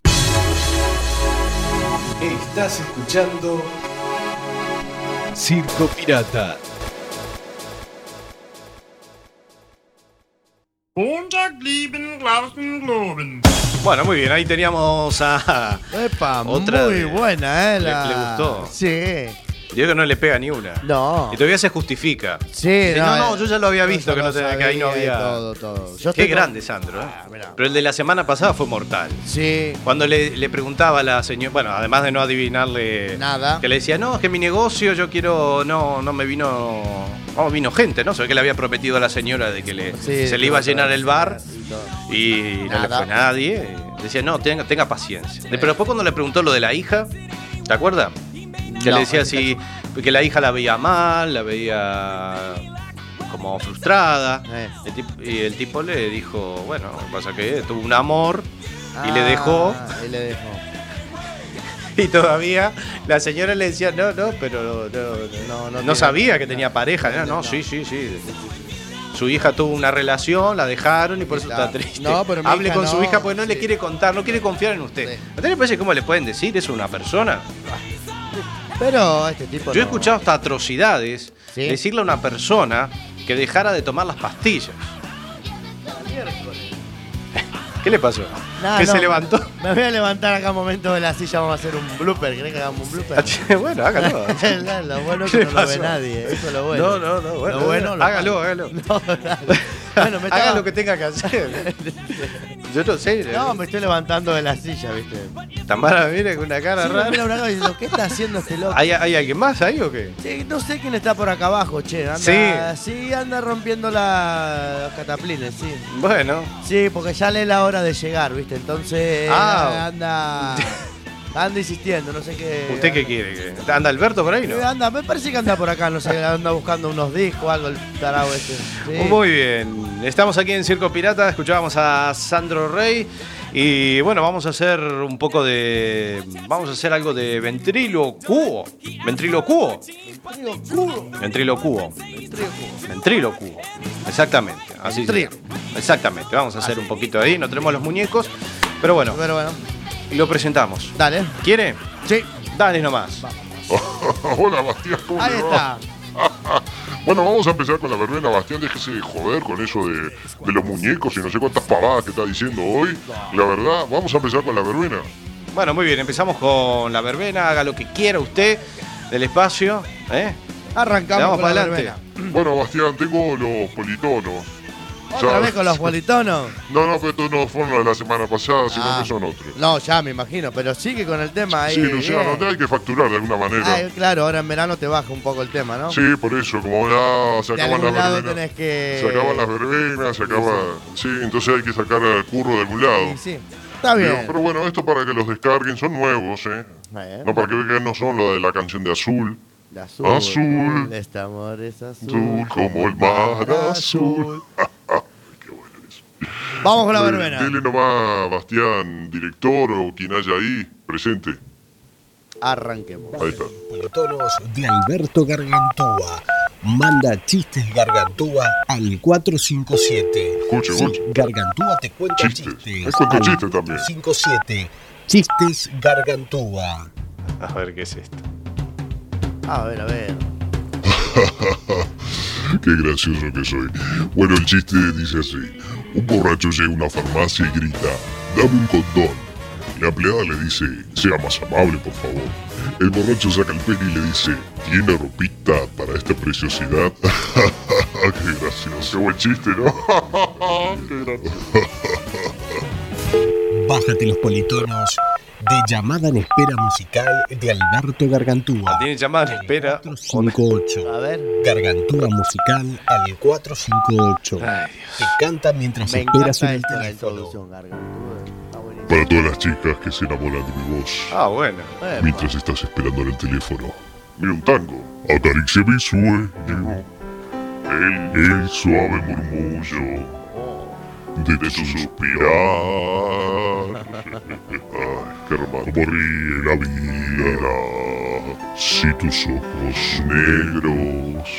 Estás escuchando Circo Pirata.
Bueno, muy bien, ahí teníamos a.
Epa,
Otra
muy
de-
buena, ¿eh?
le-
La...
le gustó.
Sí.
Diego no le pega ni una.
No.
Y todavía se justifica.
Sí,
Dice, no,
no,
no,
eh,
yo ya lo había
yo
visto,
ya
que, no
lo
te- que ahí no
sabía,
había.
todo, todo. Yo
Qué
estoy con- Ah,
grande, Sandro. ¿eh? Pero el de la semana pasada fue mortal.
Sí.
Cuando le, le preguntaba a la señora, bueno, además de no adivinarle
Nada.
que le decía, no, es que mi negocio, yo quiero, no, no me vino, no vino gente, ¿no? Se ve que le había prometido a la señora de que le,
Sí,
se le iba a
todo,
llenar
todo,
el bar y no le
Nada.
fue nadie. Decía, no, tenga, tenga paciencia. Pero después cuando le preguntó lo de la hija, ¿te acuerdas? Que
No, este
le decía así, que la hija la veía mal, la veía como frustrada.
Eh.
El tip- y el tipo le dijo, bueno, pasa que tuvo un amor y le
Ah,
dejó.
Y le dejó.
Y todavía la señora le decía, no, no, pero no, no,
tiene-
sabía que tenía pareja. ¿eh? No, no, sí, sí, sí. Su hija tuvo una relación, la dejaron y por eso está triste.
No, pero mi
Hable
hija
con su
no,
hija porque no le quiere contar, no quiere confiar en usted. ¿A usted le parece cómo le pueden decir eso a una persona?
Pero este tipo.
Yo he
no.
escuchado hasta atrocidades decirle a una persona que dejara de tomar las pastillas. ¿Qué le pasó?
Nah,
que
no,
se levantó.
Me voy a levantar acá un momento de la silla, vamos a hacer un blooper. ¿Crees que hagamos un blooper?
bueno, hágalo.
lo bueno es
¿Qué
que
le
no lo ve
pasó?
nadie, eh. eso es lo
No,
bueno.
no, no, bueno,
lo bueno, lo
hágalo,
malo.
hágalo.
Bueno, me
Haga
estaba-
lo que tenga que hacer. Yo no sé.
No, me estoy levantando de la silla, viste.
Tamara mira con una cara
Sí, me mira
rara.
una cara y digo, ¿qué está haciendo este loco?
¿Hay, hay alguien más ahí o qué?
Sí, no sé quién está por acá abajo, che. Anda, sí. anda rompiendo la- los cataplines, sí.
Bueno.
Sí, porque ya le es la hora de llegar, viste. Entonces
Ah.
anda, anda insistiendo, no sé qué.
¿Usted qué quiere? que- ¿Anda Alberto por ahí, no?
Eh, Anda, me parece que anda por acá, no sé, anda buscando unos discos o algo el tarado este. Sí.
Muy bien, estamos aquí en Circo Pirata, escuchábamos a Sandro Rey y bueno, vamos a hacer un poco de... Vamos a hacer algo de ventrilocuo. Ventrilocuo. Ventrilocuo. Ventrilocuo. Exactamente. Así se llama. Exactamente, vamos a hacer un poquito ahí, no tenemos los muñecos, pero bueno.
Pero bueno.
Lo presentamos.
Dale.
¿Quiere?
Sí.
Dale nomás.
Hola, Bastián, ¿cómo
Ahí
le
está.
va? bueno, vamos a empezar con la verbena, Bastián. Déjese de joder con eso de, de los muñecos y no sé cuántas pavadas que está diciendo hoy. La verdad, vamos a empezar con la verbena.
Bueno, muy bien, empezamos con la verbena, haga lo que quiera usted del espacio. ¿eh? Le
Arrancamos
damos
con la
para adelante.
verbena.
Bueno, Bastián, tengo los politonos.
¿Otra
Ya-
vez con los bolitonos?
No, no, pero estos no fueron los de la semana pasada, sino
Ah.
que son otros.
No, ya me imagino, pero sigue con el tema ahí.
Sí, Luciano,
bien.
te hay que facturar de alguna manera.
Ay, claro, ahora en verano te baja un poco el tema, ¿no?
Sí, por eso, como ya se
De
acaban las
algún lado
verbenas.
tenés que.
Se acaban las verbenas, se acaba. Sí, entonces hay que sacar al curro de algún lado.
Sí, está bien.
Pero, pero bueno, esto para que los descarguen, son nuevos, ¿eh?
Bien.
No, para que vean que no son los de la canción de Azul.
La azul.
Azul.
Este amor es azul.
Azul como el mar azul.
Vamos con la
Eh,
verbena.
Dile nomás, Bastián, director o quien haya ahí presente.
Arranquemos.
Ahí está.
Toros de Alberto Gargantúa. Manda chistes Gargantúa al 457.
Escuche,
Sí,
escuche.
Gargantúa te cuenta
Chistes.
chistes.
Es cuento
al
chistes también.
457. Chistes Gargantúa.
A ver qué es esto.
A ver, a ver.
Qué gracioso que soy. Bueno, el chiste dice así. Un borracho llega a una farmacia y grita, dame un condón. La empleada le dice, sea más amable, por favor. El borracho saca el pene y le dice, ¿tiene ropita para esta preciosidad? Qué gracioso. Qué buen chiste, ¿no? Qué gracioso.
Bájate los politonos de llamada en espera musical de Alberto Gargantúa.
Tiene llamada en espera.
458.
A ver.
Gargantúa musical al 458. Te canta mientras
Me
esperas
encanta
en el
esto,
teléfono.
la introducción, Gargantúa. Está buenísimo.
Para todas las chicas que se enamoran de mi voz.
Ah, bueno.
Mientras estás esperando en el teléfono. Mira un tango. Acaricia mi sueño. El, el suave murmullo
Oh.
de tu suspirar. Ay, qué romántico. Como ríe la vida. Si tus ojos negros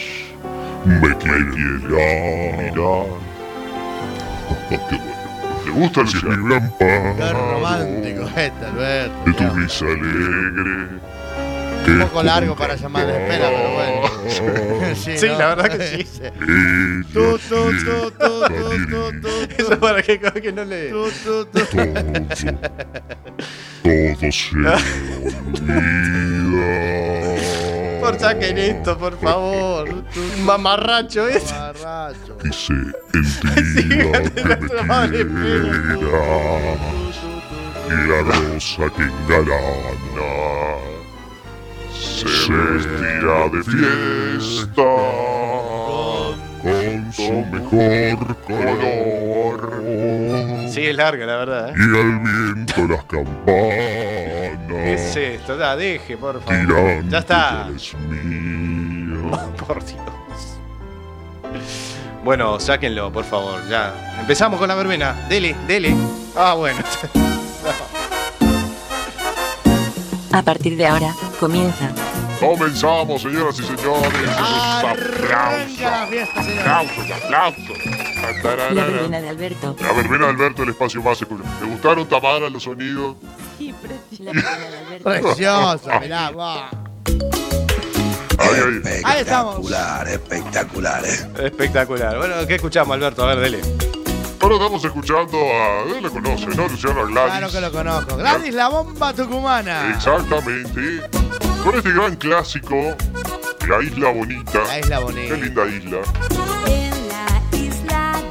me quieren mirar. qué bueno. ¿Te gusta el
Qué romántico este, Alberto.
de tu risa alegre.
Un poco largo para llamar la espera, pero bueno.
Sí, la verdad que sí.
Tu, tu, tu, tu, tu, tu, tu.
Eso para que, que no le.
Todo se olvida.
Por
saquen esto, por favor. Mamarracho ese.
Dice, entidad que me quiera, la rosa que engalana, se vestirá de fiesta con su mejor color.
Sí, es larga, la verdad. ¿eh?
Y al viento las
¿Qué
campanas
es esto? Ya, deje, por favor.
tirando
Ya está.
es mío.
por Dios. Bueno, sáquenlo, por favor, ya. Empezamos con la verbena. Dele, dele. Ah, bueno.
A partir de ahora, comienza.
Comenzamos, señoras y señores. Esos aplausos, aplausos, aplausos.
La verbena de Alberto.
La verbena de Alberto, el espacio más seguro. ¿Te gustaron, Tamara, los sonidos?
Precioso, mirá, va. Ahí estamos.
Espectacular, espectacular, eh.
Espectacular. Bueno, ¿qué escuchamos, Alberto? A ver, dele.
Ahora estamos escuchando a. Él la conoce, ¿no? Luciano Gladys.
Claro que lo conozco. Gladys la bomba tucumana.
Exactamente. Con este gran clásico, La Isla Bonita.
La isla bonita.
Qué linda isla.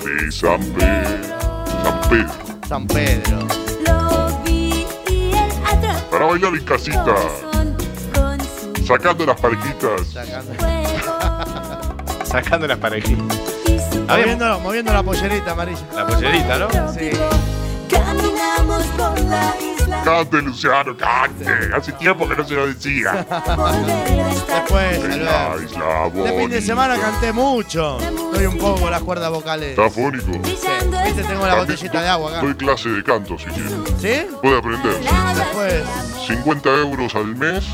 De San Pedro. San Pedro.
San Pedro.
Para bailar en casita, sacando las parejitas.
Sacando las parejitas.
Moviendo, moviendo la pollerita amarilla.
La pollerita, ¿no?
Sí.
Caminamos por la isla.
Cante, Luciano, cante. Hace tiempo que no se lo decía.
Después,
La
Alberto.
Isla
Este fin de
Bonita.
semana canté mucho. Estoy un poco con las cuerdas vocales.
Está fónico.
Sí. Viste, tengo la botellita de agua
Doy
acá.
clase de canto si quiere.
¿Sí?
Puede aprender.
Después.
50 euros al mes.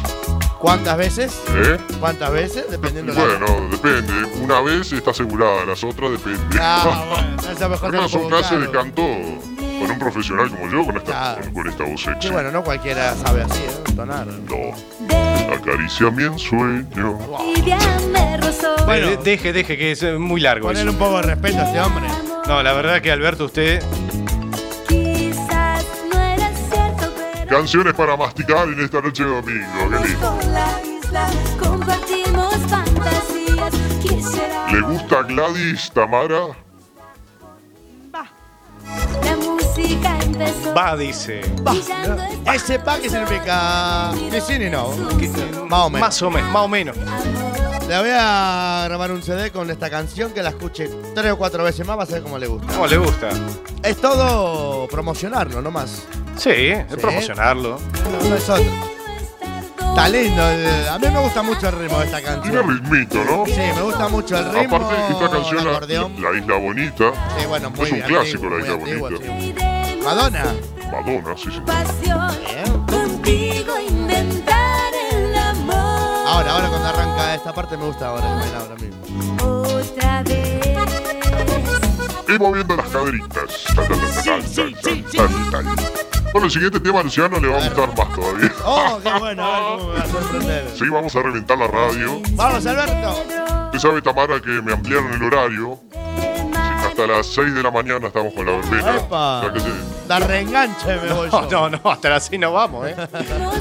¿Cuántas veces?
¿Eh?
¿Cuántas veces? Dependiendo de la.
Bueno, depende. Una vez está asegurada, las otras depende.
Ah, bueno, esa mejor
Pero
no
son
puedo
clases de
buscarlo.
canto con un profesional como yo, con esta,
Claro.
con, con esta voz
Sí,
sexy.
bueno, no cualquiera sabe así, ¿eh? Tonar.
No. Acaricia mi ensueño.
Bueno, deje, deje, que es eh, muy largo.
Poner
eso.
un poco de respeto a ese hombre.
No, la verdad que Alberto, usted.
Canciones para masticar en esta noche de domingo. Qué lindo.
Por la isla compartimos fantasías. Quisiera
¿Le gusta Gladys Tamara?
la música empezó. este
Va, dice.
Va. Ese pa que significa. Ni sí ni no. Más o menos.
Más o menos, más o menos.
Le voy a grabar un CD con esta canción que la escuche tres o cuatro veces más para saber cómo le gusta.
¿Cómo le gusta?
Es todo promocionarlo, no más.
Sí, es promocionarlo.
No, no es otro. Está lindo. el- A mí me gusta mucho el ritmo de esta
Tiene
canción.
ritmito, ¿no?
Sí, me gusta mucho el ritmo.
Aparte, esta canción,
el
la,
acordeón.
La Isla Bonita,
Sí, bueno, muy
es un
bien,
clásico,
antiguo,
La Isla
muy
Bonita.
antiguo, sí. Madonna.
Madonna, sí, sí.
Pasión. Contigo inventar el amor.
Ahora, ahora cuando arranca esta parte me gusta ahora, mira, ahora mismo.
Otra vez.
Y moviendo las caderitas. Tan, tan, tan, tan, tan, tan, tan. Bueno, el siguiente tema, Luciano, le va a gustar más todavía.
Oh, qué bueno, a ver cómo me va a sorprender.
Sí, vamos a reventar la radio.
Vamos, Alberto.
Usted sabe, Tamara, que me ampliaron el horario. Así que hasta las 6 de la mañana estamos con la verbena.
Epa.
O sea que sí.
La reenganche me voy yo.
No, no, no, hasta las 6 no vamos, ¿eh?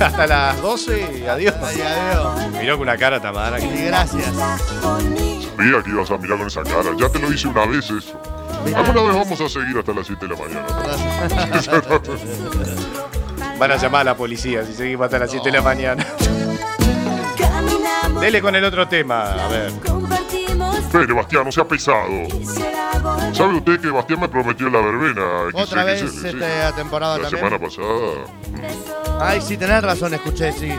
Hasta las 12 y adiós.
Ay, adiós.
Miró con una cara Tamara.
Y gracias.
Sabía que ibas a mirar con esa cara. Ya te lo hice una vez eso. Alguna vez vamos a seguir hasta las 7 de la mañana.
Van a llamar a la policía si seguimos hasta las 7 de la mañana.
Caminamos,
Dele con el otro tema, a ver.
compartimos.
Pero, Bastián, no sea pesado.
Quisiera volver.
¿Sabe usted que Bastián me prometió la verbena?
Otra vez
XXL, sí.
esta temporada
La
también.
semana pasada.
Ay, sí, tenés razón, escuché, sí.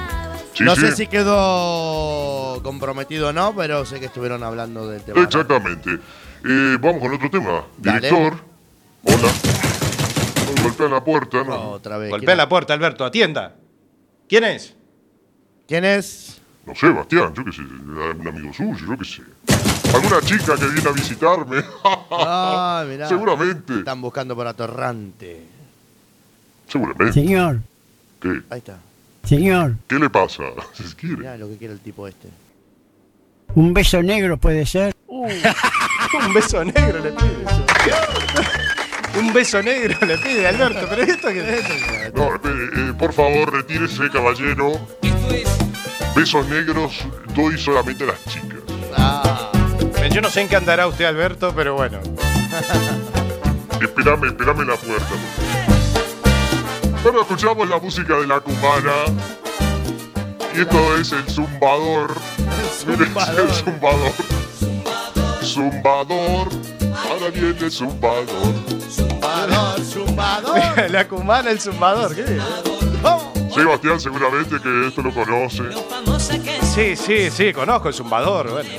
Sí,
no sé
sí.
si quedó comprometido o no, pero sé que estuvieron hablando del tema.
Exactamente. Eh, vamos con otro tema.
Dale.
Director. Hola. Golpea la puerta, ¿no?
Otra vez.
Golpea la puerta, Alberto, atienda. ¿Quién es?
¿Quién es?
No sé, Bastián, yo qué sé, un amigo suyo, yo qué sé. Alguna chica que viene a visitarme.
Ay, mirá.
Seguramente.
Están buscando por atorrante.
Seguramente.
Señor,
¿Qué?
Ahí está.
señor,
¿Qué le pasa? Si quiere.
Mirá lo que quiere el tipo este.
un beso negro puede ser.
Un beso negro le pide. Un beso negro le pide Alberto, pero esto que
eh, No, espere, eh, por favor, retírese, caballero. Besos negros doy solamente a las chicas.
Bien, Yo no sé en qué andará usted, Alberto, pero bueno.
Espérame, espérame en la puerta. Bueno, escuchamos la música de la cubana. Y esto es el zumbador. El zumbador. Zumbador. Ahora viene el zumbador.
Zumbador, zumbador.
la cumana, el zumbador. ¿Qué digo?
Oh,
Sebastián seguramente que esto lo conoce.
Sí, sí, sí, conozco el zumbador. Bueno.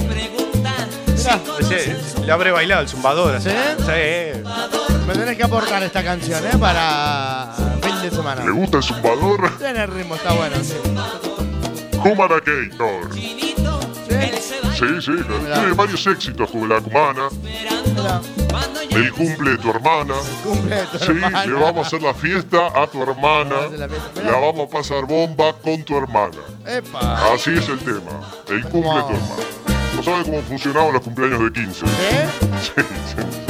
Mirá, sí, le habré bailado el zumbador. así. ¿eh? Sí.
Me tenés que aportar esta canción, ¿eh? Para fin de semana.
¿Le gusta el zumbador?
Tiene ritmo, está bueno. sí.
Cumana Gator. Sí, sí, tiene varios éxitos como la cumana. El cumple de tu hermana.
Cumple de tu
Sí,
hermana.
le vamos a hacer la fiesta a tu hermana.
hacer la fiesta.
La vamos a pasar bomba con tu hermana.
Epa.
Así es el tema. El cumple de tu hermana. ¿No sabes cómo funcionaban los cumpleaños de 15?
¿Eh?
Sí, sí.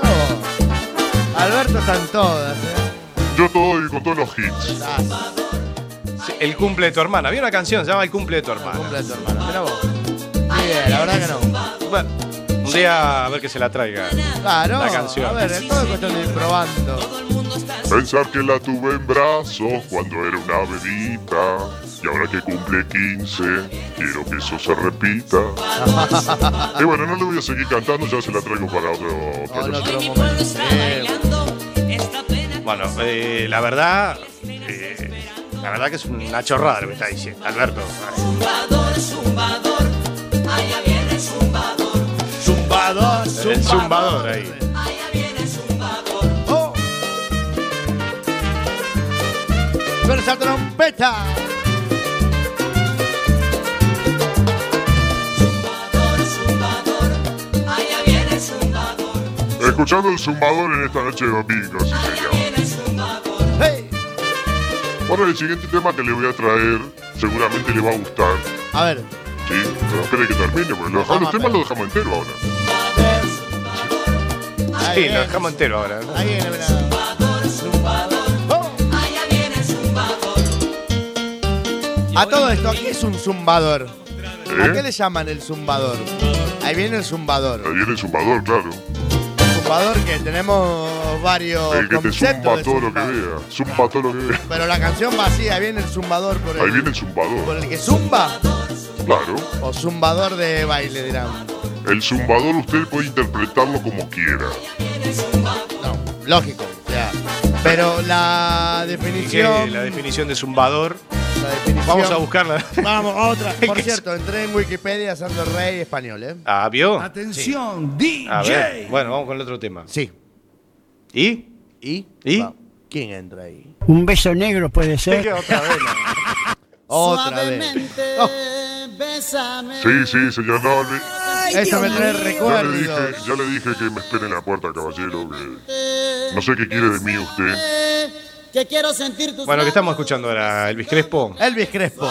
Bravo. Alberto están todas, ¿eh?
Yo todo y con todos los hits.
Sí, El cumple de tu hermana. Había una canción, se llama El cumple de tu hermana.
Cumple de tu hermana. Mira vos. Muy bien, la verdad que no.
Bueno, un día a ver que se la traiga.
Claro.
La canción.
A ver, es todo cuestión de ir probando.
Pensar que la tuve en brazos cuando era una bebita. Y ahora que cumple 15, quiero que eso se repita. y bueno, no le voy a seguir cantando, ya se la traigo para otro. otra
En
cosa.
otro momento.
Bueno, eh, la verdad. eh, la verdad que es una chorrada lo que está diciendo, Alberto.
Zumbador,
El zumbador ahí.
Oh. Suena esa trompeta.
Escuchando el zumbador en esta noche de domingo, sí señor. Bueno, el siguiente tema que le voy a traer seguramente le va a gustar.
A ver.
Sí, pero espere que termine, porque lo dejamos- los temas los dejamos entero ahora.
Sí, lo dejamos entero ahora.
Ahí viene, mirá. Oh. A todo esto, ¿qué es un zumbador?
¿eh?
¿A qué le llaman el zumbador? Ahí viene el zumbador.
Ahí viene el zumbador, claro.
El zumbador que tenemos varios
El que te
conceptos.
zumba
Oh, de
todo lo que
zumbador.
vea. Zumba todo lo que vea.
Pero la canción va así, ahí viene el zumbador por
Ahí
el,
viene el zumbador.
por el que zumba.
Claro.
O zumbador de baile, dirán.
El zumbador usted puede interpretarlo como quiera.
Lógico, ya. Pero la definición.
la definición de zumbador.
la definición-
Vamos a buscarla.
Vamos, otra. Por cierto, entré en Wikipedia Sandro Rey español, ¿eh?
Ah, ¿vio?
Atención,
A ver. Bueno, vamos con el otro tema.
Sí.
¿Y?
¿Y?
¿Y?
¿Quién entra ahí?
Un beso negro puede ser.
otra vez. otra vez.
Sí, sí, señor. No, le-
Eso me trae
ya, le
recuerdos.
dije, ya le dije que me espere en la puerta, caballero. que no sé qué quiere de mí usted.
Que quiero sentir tus
Bueno, que estamos escuchando ahora? ¿Elvis Crespo?
Elvis Crespo. con-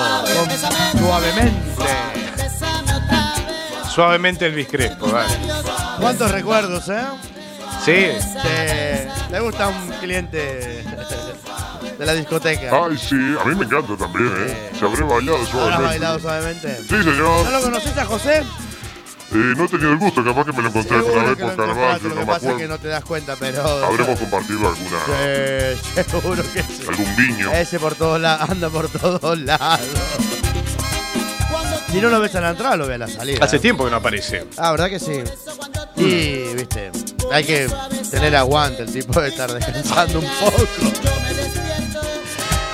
Suavemente.
Suavemente Elvis Crespo, dale.
¿Cuántos recuerdos, eh?
Sí.
Sí, Le gusta un cliente de la discoteca.
Ay, sí, a mí me encanta también, ¿eh? Se habré bailado
¿Habrás
suavemente.
bailado suavemente?
Sí, señor.
¿No lo conoces a José?
Eh, no he tenido el gusto, capaz que me lo encontré alguna
Seguro
vez
que lo
por
encontraste,
Caravaggio,
lo
no me
que pasa es que
acuerdo.
no te das cuenta, pero...
Habremos compartido alguna,
Sí, seguro que sí. Eh.
algún viño.
Ese por todos lados, anda por todos lados. Si no lo ves a la entrada, lo ves a la salida.
Hace tiempo que no aparece.
Ah, ¿verdad que sí? Y, viste, hay que tener aguante el tipo de estar descansando un poco.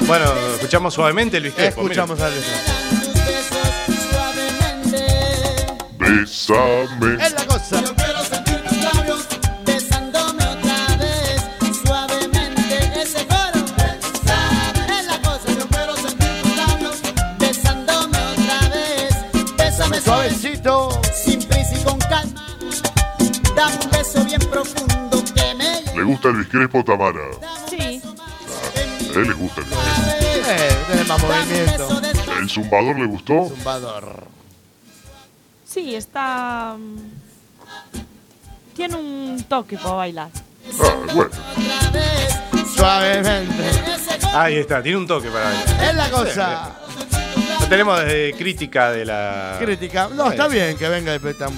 Bueno, escuchamos suavemente Elvis Crespo. mira.
Escuchamos a Luis.
Bésame.
Es la cosa.
Yo quiero sentir tus labios besándome otra vez suavemente ese coro. Es la cosa. Yo quiero sentir tus labios besándome otra vez. Bésame
Suavecito.
sin prisa y con calma. Dame un beso bien profundo que me
¿Le gusta el Crespo Tamara?
Sí.
A él le gusta el Crespo.
Eh, tenés más movimiento.
¿El zumbador le gustó?
Zumbador.
Sí, está. mm, Tiene un toque para bailar.
Ah, bueno.
Suavemente.
Ahí está, tiene un toque para bailar.
Es la cosa.
No tenemos eh, crítica de la.
Crítica. No, está bien que venga el peta-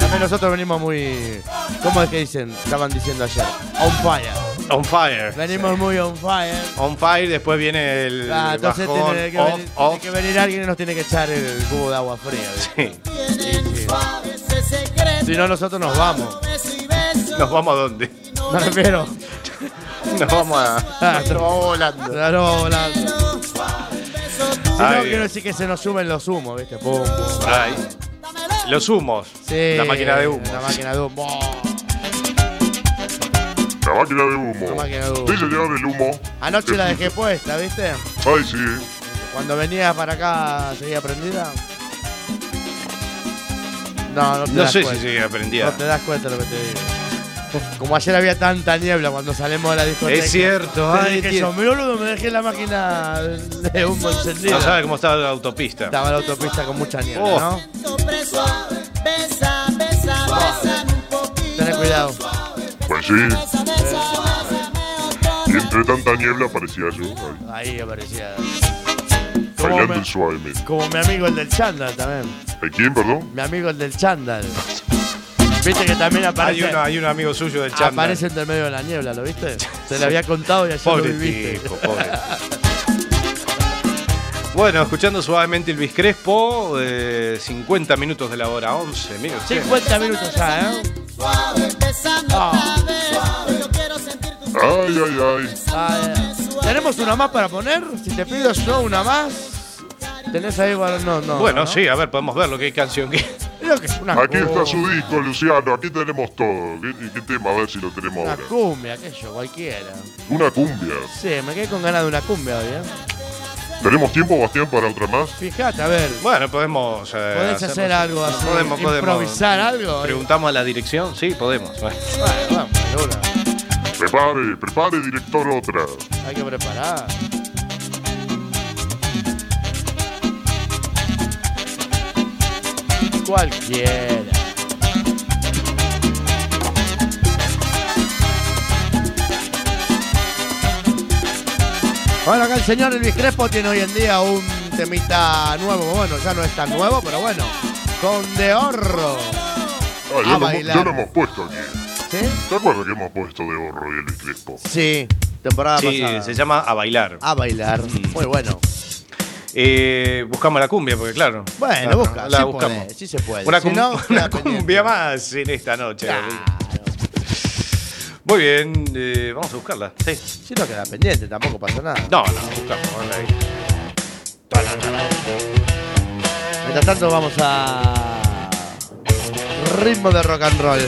También nosotros venimos muy. ¿Cómo es que dicen? Estaban diciendo ayer. On fire.
On fire.
Venimos muy on fire.
On fire, después viene el.
Ah, entonces
bajón,
tiene, que
off,
venir, tiene
off.
que venir alguien y nos tiene que echar el cubo de agua fría.
Sí.
Ese secreto.
Si no, nosotros nos vamos.
Beso y beso.
¿Nos vamos a dónde?
Me refiero.
Nos vamos a.
nos vamos volando. Nos vamos volando. Si no,
Ay,
quiero decir que se nos suben los humos, ¿viste? Pum, pum.
Ay. Los humos.
Sí,
La máquina de humo.
La máquina de humo.
La máquina de humo.
La máquina de humo.
Sí, señor, el humo.
Anoche la dejé puesta, ¿viste?
Ay, sí. eh.
Cuando venías para acá, ¿seguía prendida? No, no te
No
das
sé
cuenta.
si sigue aprendida.
No te das cuenta lo que te digo. Como ayer había tanta niebla cuando salimos de la discoteca.
Es cierto,
Te
ay,
dije
tío.
yo, "Mi boludo, me dejé la máquina de humo encendida.
No sabe cómo está la autopista.
Estaba la autopista con mucha niebla,
Oh.
¿no?
Preso. Besa, besa, besa.
Ten cuidado.
Pues sí. Y entre tanta niebla aparecía yo. Ahí,
Ahí aparecía. ¿Cómo
bailando
me-
suavemente.
Como mi amigo el del chándal también.
¿A ¿Eh, quién, perdón?
Mi amigo el del chándal. Viste que también
Hay,
aparece.
uno- hay un amigo suyo del chat.
Aparece entre medio de la niebla, ¿lo viste? Te lo había contado y ayer
Pobre
lo viviste.
tipo, pobre. Bueno, escuchando suavemente el Crespo, eh, 50 minutos de la hora 11. Mire usted.
50 minutos ya, ¿eh?
Ay, ay, ay.
Ah, ya. ¿Tenemos una más para poner? Si te pido yo una más. ¿Tenés ahí? Bueno, no, no.
bueno,
no,
sí, a ver, podemos ver lo que hay canción que.
Creo que es una
Aquí está
cumbia,
su disco, Luciano. Aquí tenemos todo. ¿Qué, qué tema? A ver si lo tenemos
Una
ahora.
cumbia, aquello, cualquiera.
Una cumbia.
Sí, me quedé con ganas de una cumbia hoy, ¿eh?
¿Tenemos tiempo, Bastián, para otra más?
Fijate, a ver.
Bueno, podemos. eh,
¿Podés
hacemos-
hacer algo así?
Podemos, podemos.
¿Improvisar algo?
Preguntamos a la dirección, sí, podemos. Bueno.
Bueno, vamos, de una.
Prepare, prepare, director, otra.
Hay que preparar. Cualquiera. Bueno, acá el señor Elvis Crespo tiene hoy en día un temita nuevo. Bueno, ya no es tan nuevo, pero bueno. Con de horro.
Ah, ya, lo,
A
hemos-
bailar.
ya lo hemos puesto aquí.
¿Sí?
¿Te acuerdas que hemos puesto de horro y el Crespo?
Sí, temporada
Sí,
pasada.
se llama A Bailar.
A bailar. Muy bueno.
Eh, buscamos la cumbia, porque claro.
Bueno,
Claro,
busca.
La
sí
buscamos.
puede, sí se puede.
Una,
Si
cum-
no,
una
queda pendiente.
cumbia más en esta noche. Muy bien, eh, vamos a buscarla. Sí.
Si no queda pendiente, tampoco pasa nada.
No, no, buscamos. ponla ahí.
Mientras tanto vamos a ritmo de rock and roll.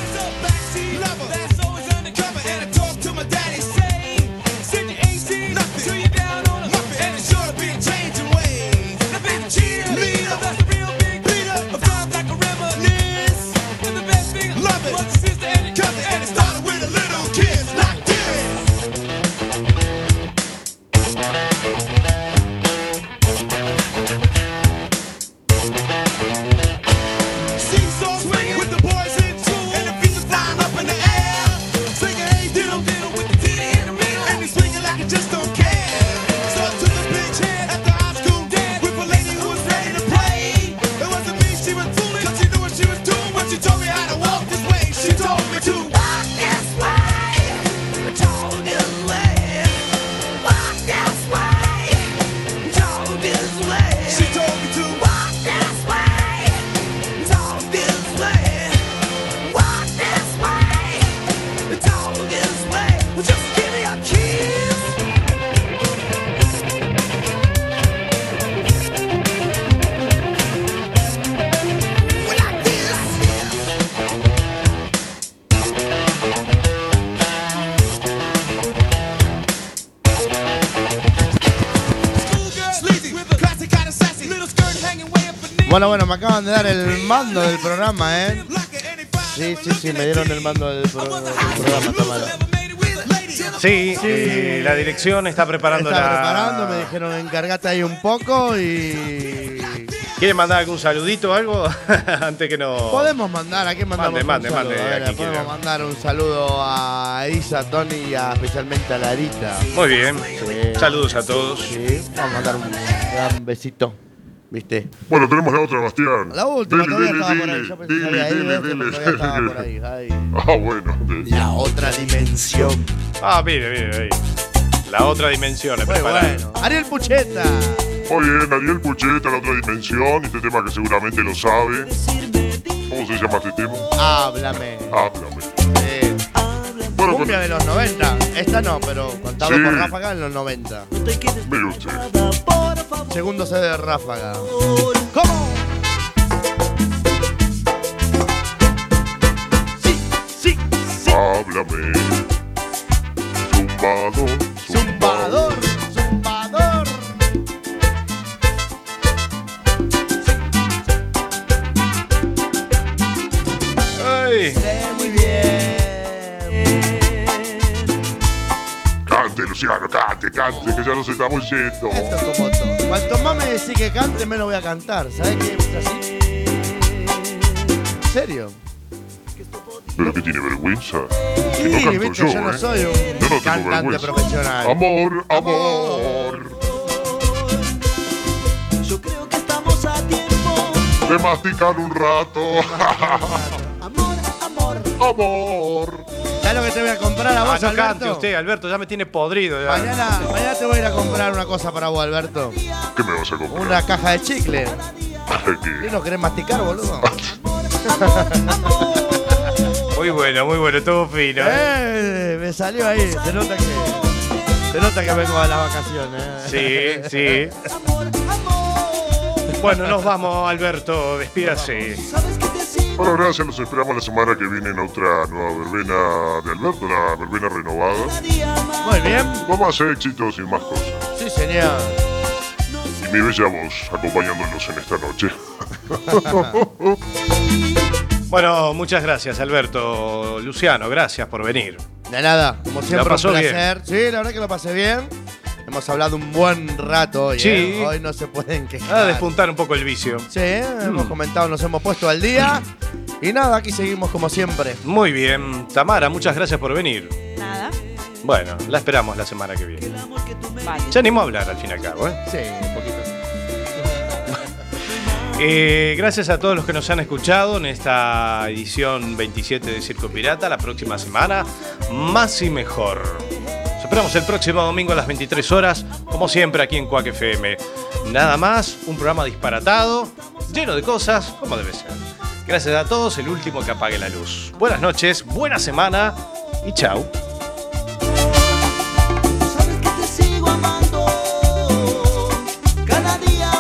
Just don't care. So I took a bitch hand at the high school dance with a lady who was ready to play. It wasn't me she was fooling, 'cause she knew what she was doing when she told me how to walk this way. She told me to walk this way, told this way, walk this way, told this way. She told me to walk this way, told this way, walk this way, told this way. Well, just give me a kiss.
Bueno, bueno, me acaban de dar el mando del programa, ¿eh? Sí, sí, sí, me dieron el mando del, pro- del programa, Tamara.
Sí, eh, la dirección está preparando
Estaba
la.
preparando, me dijeron encargate ahí un poco y...
¿Quieren mandar algún saludito o algo? Antes que no.
Podemos mandar, ¿a quién mandamos?
Mande,
un
mande, mande,
saludo? A ver,
a quien
podemos
quiera.
mandar un saludo a Isa, a Tony y a- especialmente a Larita.
Muy bien. Saludos a todos.
Vamos a mandar un gran besito. ¿Viste?
Bueno, tenemos la otra, Bastián.
La última, todavía
dele,
estaba por
dele,
ahí. Yo pensé que
dele,
había ido,
dele,
pero
dele.
todavía estaba por ahí. Ay.
Ah, bueno.
La otra dimensión.
Ah, mire, mire, ahí. La otra dimensión, es preparada.
Ariel Pucheta.
Muy bien, Daniel Pucheta, la otra dimensión, este tema que seguramente lo sabe. ¿Cómo se llama este tema?
Háblame.
Háblame.
Eh, cumbia de los 90. Esta no, pero contado
Sí.
por Ráfaga en los 90.
Mire usted.
Segundo C de Ráfaga. ¿Cómo?
Háblame. Zumbado.
Zumbador, zumbador.
Ay.
Muy bien.
Cante, Luciano, cante, cante, que ya nos estamos yendo.
Cuanto más me decís que cante, menos voy a cantar. ¿Sabes qué es así? ¿En serio?
Pero que tiene vergüenza. Que
Sí,
no canto
viste,
yo,
yo no
¿eh?
soy
Yo
un
no tengo
cantante
vergüenza.
profesional.
Amor, amor. De masticar un rato. Amor.
¿Sabes lo que te voy a comprar a
Ah,
vos,
no cante
Alberto?
usted, Alberto, ya me tiene podrido. ya.
Mañana, mañana te voy a ir a comprar una cosa para vos, Alberto.
¿Qué me vas a comprar?
Una caja de chicle. ¿Y
¿Qué?
no querés masticar, boludo?
Muy bueno, muy bueno, todo fino. ¿eh?
Eh, me salió ahí. Se nota que. Se nota que vengo a las vacaciones. ¿eh?
Sí, sí. Bueno, nos vamos, Alberto, despídase.
Bueno, gracias, los esperamos la semana que viene en otra nueva verbena de Alberto, la verbena renovada.
Muy bien.
Con más éxitos y más cosas.
Sí, señor.
Y mi bella voz acompañándonos en esta noche.
Bueno, muchas gracias, Alberto. Luciano, gracias por venir.
De nada, como siempre,
pasó
un placer. Sí, la verdad que lo pasé bien. Hemos hablado un buen rato hoy.
Sí.
¿eh? Hoy no se pueden
A
quejar.
despuntar un poco el vicio.
Sí, ¿eh? hemos comentado, nos hemos puesto al día. Y nada, aquí seguimos como siempre.
Muy bien. Tamara, muchas gracias por venir.
Nada.
Bueno, la esperamos la semana que viene. Se animó a hablar al fin y al cabo, ¿eh?
Sí, un poquito.
Eh, gracias a todos los que nos han escuchado en esta edición 27 de Circo Pirata. La próxima semana, más y mejor. Nos esperamos el próximo domingo a las 23 horas, como siempre aquí en Cuac FM. Nada más, un programa disparatado, lleno de cosas, como debe ser. Gracias a todos, el último que apague la luz. Buenas noches, buena semana y chao.